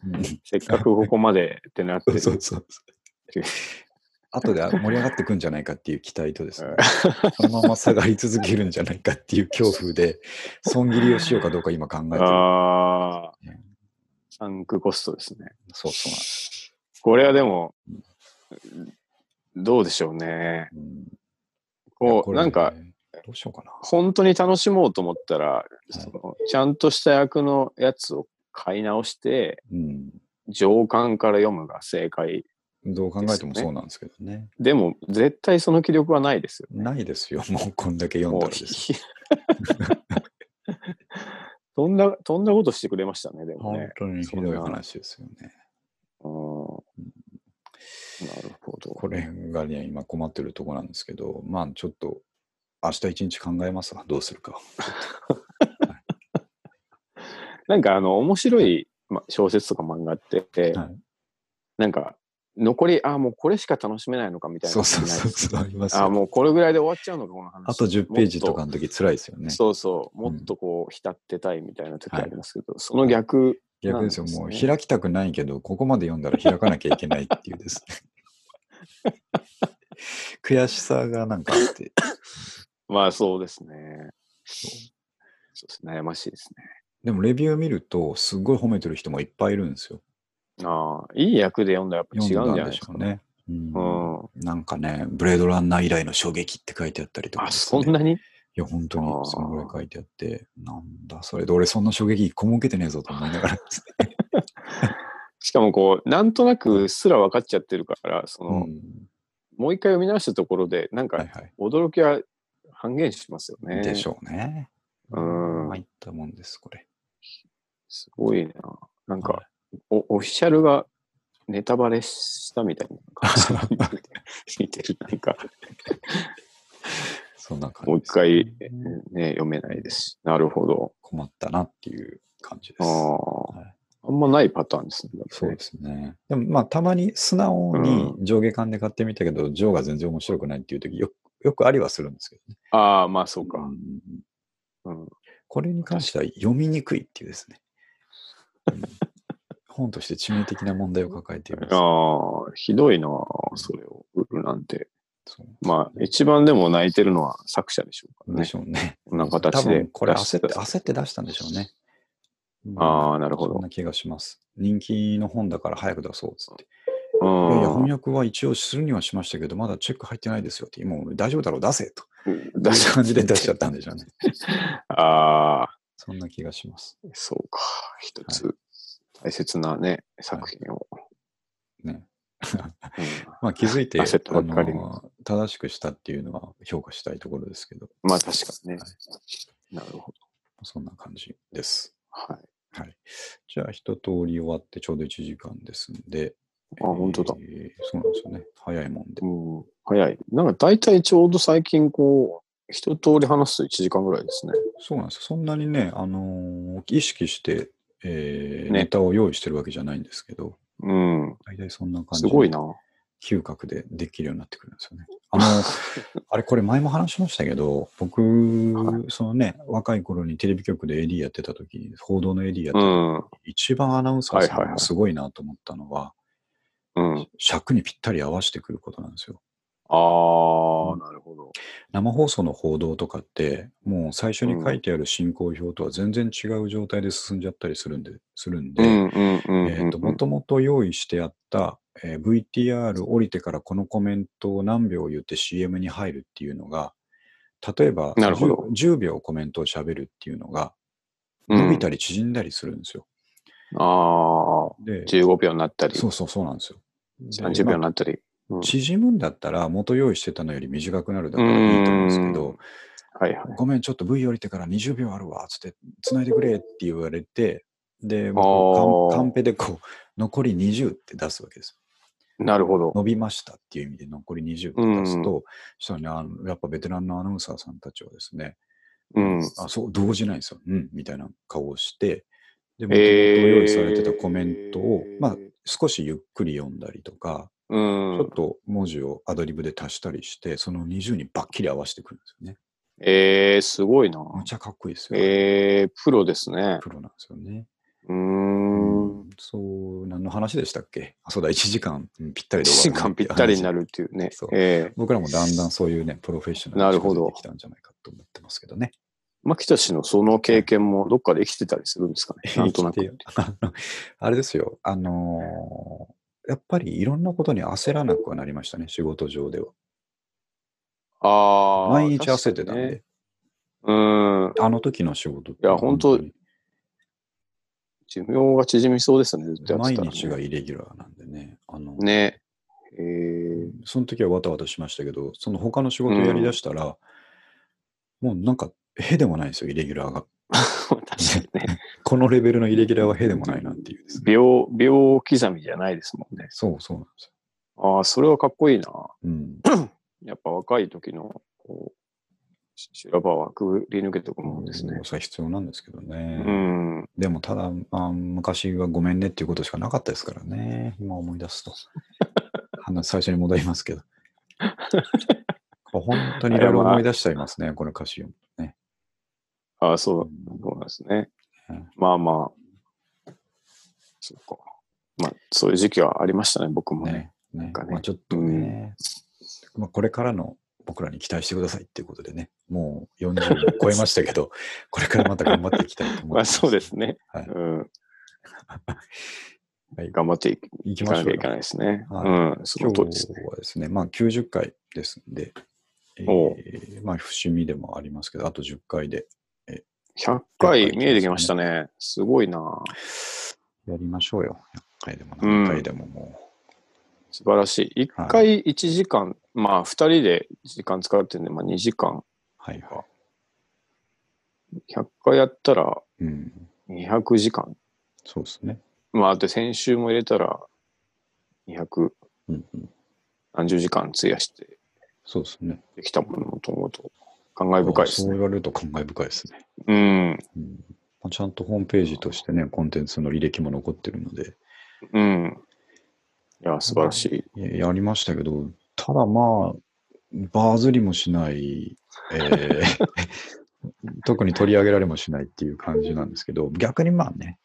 S2: うん
S1: せっかくここまでってなって
S2: そう
S1: る。
S2: そうそう。後で盛り上がってくんじゃないかっていう期待とですね、そのまま下がり続けるんじゃないかっていう恐怖
S1: [laughs]
S2: で、損切りをしようかどうか今考えてる。
S1: ああ
S2: ええ、
S1: サンクコストですね。
S2: そうそう
S1: これはでも、どうでしょうね。
S2: なんうんいや
S1: こ
S2: こ
S1: う、
S2: れね
S1: なんか、
S2: どうしようかな。
S1: 本当に楽しもうと思ったら、そのちゃんとした役のやつを買い直して、
S2: うん。
S1: 上巻から読むが正解。
S2: どう考えても
S1: ですよね
S2: そうなんですけどね。
S1: でも、絶対その気力はないですよ。
S2: ないですよ、もうこんだけ読ん
S1: も
S2: だ
S1: う
S2: らですね。
S1: ひ [laughs] とんだ、とんだことしてくれましたね、でも
S2: 本
S1: ね。
S2: 当にひどい話ですよね。
S1: うんなるほど。
S2: これがね、今困ってるとこなんですけど、まあちょっと明日一日考えますわ、どうするか。
S1: なんかあの、面白いま小説とか漫画って、
S2: はい
S1: なんか、残り、ああ、もうこれしか楽しめないのかみたいな
S2: そう
S1: のじゃ
S2: そ
S1: な
S2: う
S1: いです。
S2: そうそう、あります
S1: ああ、
S2: よ。
S1: もうこれぐらいで終わっちゃうのか、この話。
S2: あと10ページとかの時辛いですよ
S1: もっと
S2: ね。
S1: そうそう、も
S2: ん
S1: っとこう、浸ってたいみたいな時ありますけど、その逆、
S2: 逆ですよ、
S1: なん
S2: もう
S1: ですね
S2: 開きたくないけど、ここまで読んだら開かなきゃいけないっていうですね。 [laughs] 悔しさがなんかあって、
S1: まあそうですね。そうですね、悩ましいです
S2: でもレビュー見ると、すごい褒めてる人もいっぱいいるんですよ。
S1: ね。ああ、いい役で読んだらやっぱ違
S2: 読
S1: うん
S2: ん
S1: じゃ
S2: だ
S1: な
S2: で
S1: んいで
S2: し
S1: す
S2: ょ
S1: か
S2: う
S1: ね。
S2: ね。う
S1: うんん。
S2: なんかね、ブレードランナー以来の衝撃って書いてあったりとか、
S1: あ、そんなに
S2: いや、本当に
S1: あー、
S2: そのぐらい書いてあって、なんだ、それで俺そんな衝撃一個も受けてねえぞと思いながら、
S1: しかもこう、なんとなくうっすら分かっちゃってるから、 [laughs] そ
S2: うん
S1: の、もう一回読み直したところで、なん
S2: はい
S1: か
S2: はい、
S1: 驚きは半減しますよね。
S2: でしょうね。
S1: うん
S2: 入ったもんです、これ。
S1: すごいな。なん
S2: は
S1: か、おオフィシャルがネタバレしたみたいな感じ見て [laughs] る。なんか、
S2: そんな感じ
S1: もう
S2: で
S1: 一
S2: す。
S1: 回、ね、読めないですし。なるほど。
S2: 困ったなっていう感じです。
S1: ああ
S2: い
S1: あんまないパターンですね。だって
S2: そう
S1: ね
S2: ですね。でもまあ、たまに素直に上下巻で買ってみたけど、上が全然面白くないっていう時よく、よくありはするんですけどね。
S1: ああ、まあそうか。
S2: ん
S1: うん
S2: これに関しては読みにくいっていうですね。うん本として致命的な問題を抱えています。
S1: ああ、ひどいな、それを売るなんて。
S2: そう
S1: まあ、一番でも泣いてるのは作者でしょうから
S2: で
S1: ね
S2: し。ょうね。
S1: こんな形
S2: 多
S1: で
S2: 分これ焦って、
S1: 出し
S2: 焦って出したんでしょうね。うん
S1: ああなるほど
S2: そんな気がします。人気の本だから早く出そうっつって。
S1: う
S2: いやいや、
S1: ん
S2: 翻訳は一応するにはしましたけど、まだチェック入ってないですよって、もう大丈夫だろう、出せと。
S1: うん。
S2: 出
S1: 出
S2: し
S1: した
S2: 感じで出しちゃったんでしょうね。
S1: [laughs] ああ、
S2: そんな気がします。
S1: そうか。一つ大切なね、作品を。
S2: ね。
S1: うん
S2: まあ気づいて、
S1: 焦ったばっかりの
S2: の正しくしたっていうのは評価したいところですけど、
S1: まあ確かにね。
S2: はい
S1: なるほど。
S2: そんな感じです。
S1: はい。
S2: はい。じゃあ、一通り終わってちょうど1時間ですんで。
S1: あ本当だ
S2: えーそうなんですよね。早いもんで。
S1: うん、早い。なんか大体ちょうど最近こう、一通り話すと1時間ぐらいですね。
S2: そうなんですよそんなにね、あのー意識して、えー
S1: ね
S2: ネタを用意してるわけじゃないんですけど、
S1: うん。
S2: 大体そんな感じ
S1: す
S2: で
S1: ごいな。
S2: 嗅覚でできるようになってくるんですよね。あ
S1: [laughs]
S2: の、あれ、これ前も話しましたけど、僕、
S1: は
S2: そのね、若い頃にテレビ局で AD やってた時に、報道の AD やって
S1: う
S2: た時、
S1: ん。
S2: 一番アナウンサーさん
S1: はいはいは
S2: が
S1: い
S2: すごいなと思ったのは、
S1: うん。
S2: 尺にぴったり合わせてくることなんですよ。
S1: ああ、なるほど。
S2: 生放送の報道とかって、もう最初に書いてある進行表とは全然違う状態で進んじゃったりするんで、するんで、
S1: うんうんうんうん
S2: えーと、もともと用意してあった、えー VTR 降りてからこのコメントを何秒言って CM に入るっていうのが、例えば
S1: なるほど
S2: 10, 10秒コメントを喋るっていうのが、
S1: う
S2: 伸
S1: ん
S2: びたり縮んだりするんですよ。
S1: ああ、
S2: で、
S1: 15秒になったり、
S2: そうそうそうなんですよ。で
S1: 30秒
S2: ま
S1: になったり。
S2: あ縮むんだったら、元用意してたのより短くなるだからいいと思うんですけど、
S1: はいはい。
S2: ごめん、ちょっと V 降りてから20秒あるわ、つって、繋いでくれって言われて、で、もう
S1: あー
S2: カンカンペでこう、残り20って出すわけです。
S1: なるほど。
S2: 伸びましたっていう意味で残り20って出すと、そしたらね、あのやっぱベテランのアナウンサーさんたちはですね、
S1: うん。
S2: あ、そう、動じないんですよ。うん、みたいな顔をして、で、もと用
S1: え
S2: 意
S1: ー
S2: されてたコメントを、まあ、少しゆっくり読んだりとか、
S1: う
S2: ちょっ
S1: ん。
S2: と文字をアドリブで足したりして、その20にばっきり合わせてくるんですよね。
S1: えー、すごいな。
S2: むちゃかっこいいですよ。
S1: えー、プロですね。
S2: プロなんですよね。
S1: うー。
S2: うんそう、何の話でしたっけあ、そうだ、1時間うんぴったり
S1: 1
S2: で
S1: 時
S2: 終わる
S1: 間
S2: な
S1: ぴったりにな
S2: る。
S1: るっていうね
S2: そう。
S1: ええ
S2: 僕らもだんだんそういうね、プロフェッショナルに近づいてきたんじゃないかと思ってますけどね。
S1: 牧田氏のその経験もどっかで生きてたりするんですかね。なんとな
S2: 生
S1: く。
S2: きてあのあれですよ、あのーやっぱりいろんなことに焦らなくはなりましたね、仕事上では。
S1: ああ。
S2: 毎日焦ってたんで、
S1: 確かにねうん。
S2: あの時の仕事って
S1: いや本当
S2: に
S1: 寿命が縮みそうですね、ずっとやって
S2: 毎
S1: たら、ね。
S2: 日がイレギュラーなんでね、あの
S1: ね。えー、
S2: [laughs] その時はわたわたしましたけど、その他の仕事をやりだしたら、もうなんか、へでもないんですよ、イレギュラーが。
S1: 確かにね。
S2: このレベルのイレギュラーはへでもないなっていうですね。
S1: 秒、秒刻みじゃないですもんね。
S2: そうそうなんですよ。
S1: ああ、それはかっこいいな。
S2: うん、
S1: やっぱ若い時の、こう、し修羅場はくぐり抜けておくもんですね。
S2: それは必要なんですけど
S1: う
S2: ね。
S1: ん。
S2: でもただ、まあ、昔はごめんねっていうことしかなかったですから
S1: [laughs]
S2: ね。今思い出すと。話最初に戻ります
S1: [laughs]
S2: けど。本当にいろいろ思い出しちゃいますね、この歌詞を。
S1: ああ、そう、
S2: うん
S1: そうなんですね
S2: うん。
S1: まあまあ、そっか。まあ、そういう時期はありましたね、僕もね。
S2: ね。ね
S1: んかね
S2: まあ、ちょっとね、まあ、これからの僕らに期待してくださいっていうことでね、もう40を超えましたけ
S1: [laughs]
S2: ど、これからまた頑張っていきたいと思い
S1: ま
S2: ま
S1: あ、
S2: す。
S1: そうですね。
S2: はい
S1: うん。
S2: [laughs] はい
S1: 頑張ってい
S2: 行き
S1: か
S2: まし
S1: なき
S2: ょ
S1: ゃ
S2: う
S1: いけ
S2: よ
S1: ないですね。
S2: はい
S1: うん、そ
S2: 今
S1: の
S2: 日
S1: 通
S2: は
S1: りですね。
S2: ですね、まあ90回ですんで、えー
S1: おう
S2: まあ節目でもありますけど、あと10回で
S1: 100回見えてきましたね。すごいな。
S2: やりましょうよ。100回でも
S1: うん
S2: 何回でもも
S1: 素晴らしい。1回1時間、まあ、2人で時間使ってんで、まあ、2時間。
S2: う。はいは
S1: 100回やったら
S2: い。うん。
S1: 200時間。
S2: そうですね。
S1: まあ、あと先週も入れたら200
S2: うんうん。
S1: 何十時間費やして
S2: そうですね。
S1: できたものと思うと感慨深いです
S2: そう
S1: ね。
S2: 言われると感慨深いですね。
S1: うん。
S2: うんまあ、ちゃんとホームページとしてね、コンテンツの履歴も残ってるので、
S1: うん。いや、素晴らしい。
S2: いややりましたけど、ただまあ、バズりもしない、えー [laughs] 特に取り上げられもしないっていう感じなんですけど、逆にまあね、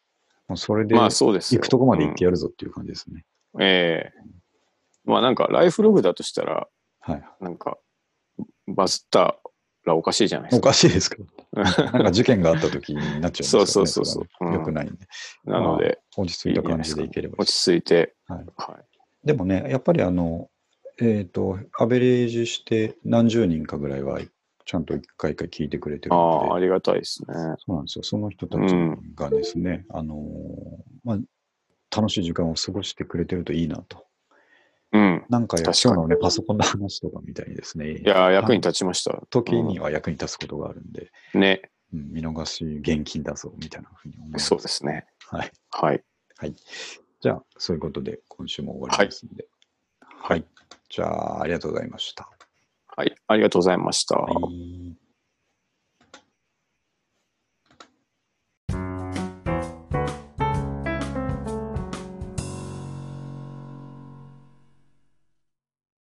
S2: もうそれで
S1: まあ、
S2: 行
S1: そうですよ。
S2: くとこまで行って
S1: うん
S2: やるぞっていう感じですね。
S1: ええまあ、なんか、ライフログだとしたら、
S2: はい。
S1: なんか、バズったらおかしいじゃないです
S2: お
S1: か。
S2: かしいですけど、なんか事件があった時になっちゃうんですよね。
S1: そうそうそうそう
S2: れはね
S1: うん
S2: よくないんで。
S1: なので、
S2: 落ち着いた感じでいければいい
S1: 落ち着いて、
S2: はい
S1: は
S2: でもね、やっぱりあの、えっ、と、アベレージして何十人かぐらいは、ちゃんと一回一回聞いてくれて
S1: い
S2: る
S1: ああ、
S2: の
S1: あ
S2: で、
S1: りがたいですね。
S2: そうなんですよ。その人たちがですね、あのーまあ、楽しい時間を過ごしてくれてるといいなと。
S1: うん。
S2: なんかや今
S1: 確
S2: 日
S1: かに
S2: のね、パソコンの話とかみたいにですね、
S1: いや、役に立ちました。
S2: 時には役に立つことがあるんで、
S1: うんね、
S2: うん見逃し現金だぞ、みたいなふうに思います。
S1: そうですね。
S2: はい。
S1: はい。
S2: はい。じゃあ、そういうことで今週も終わりますんで。はい。じゃあ、ありがとうございました。
S1: はい。ありがとうございました。
S2: はい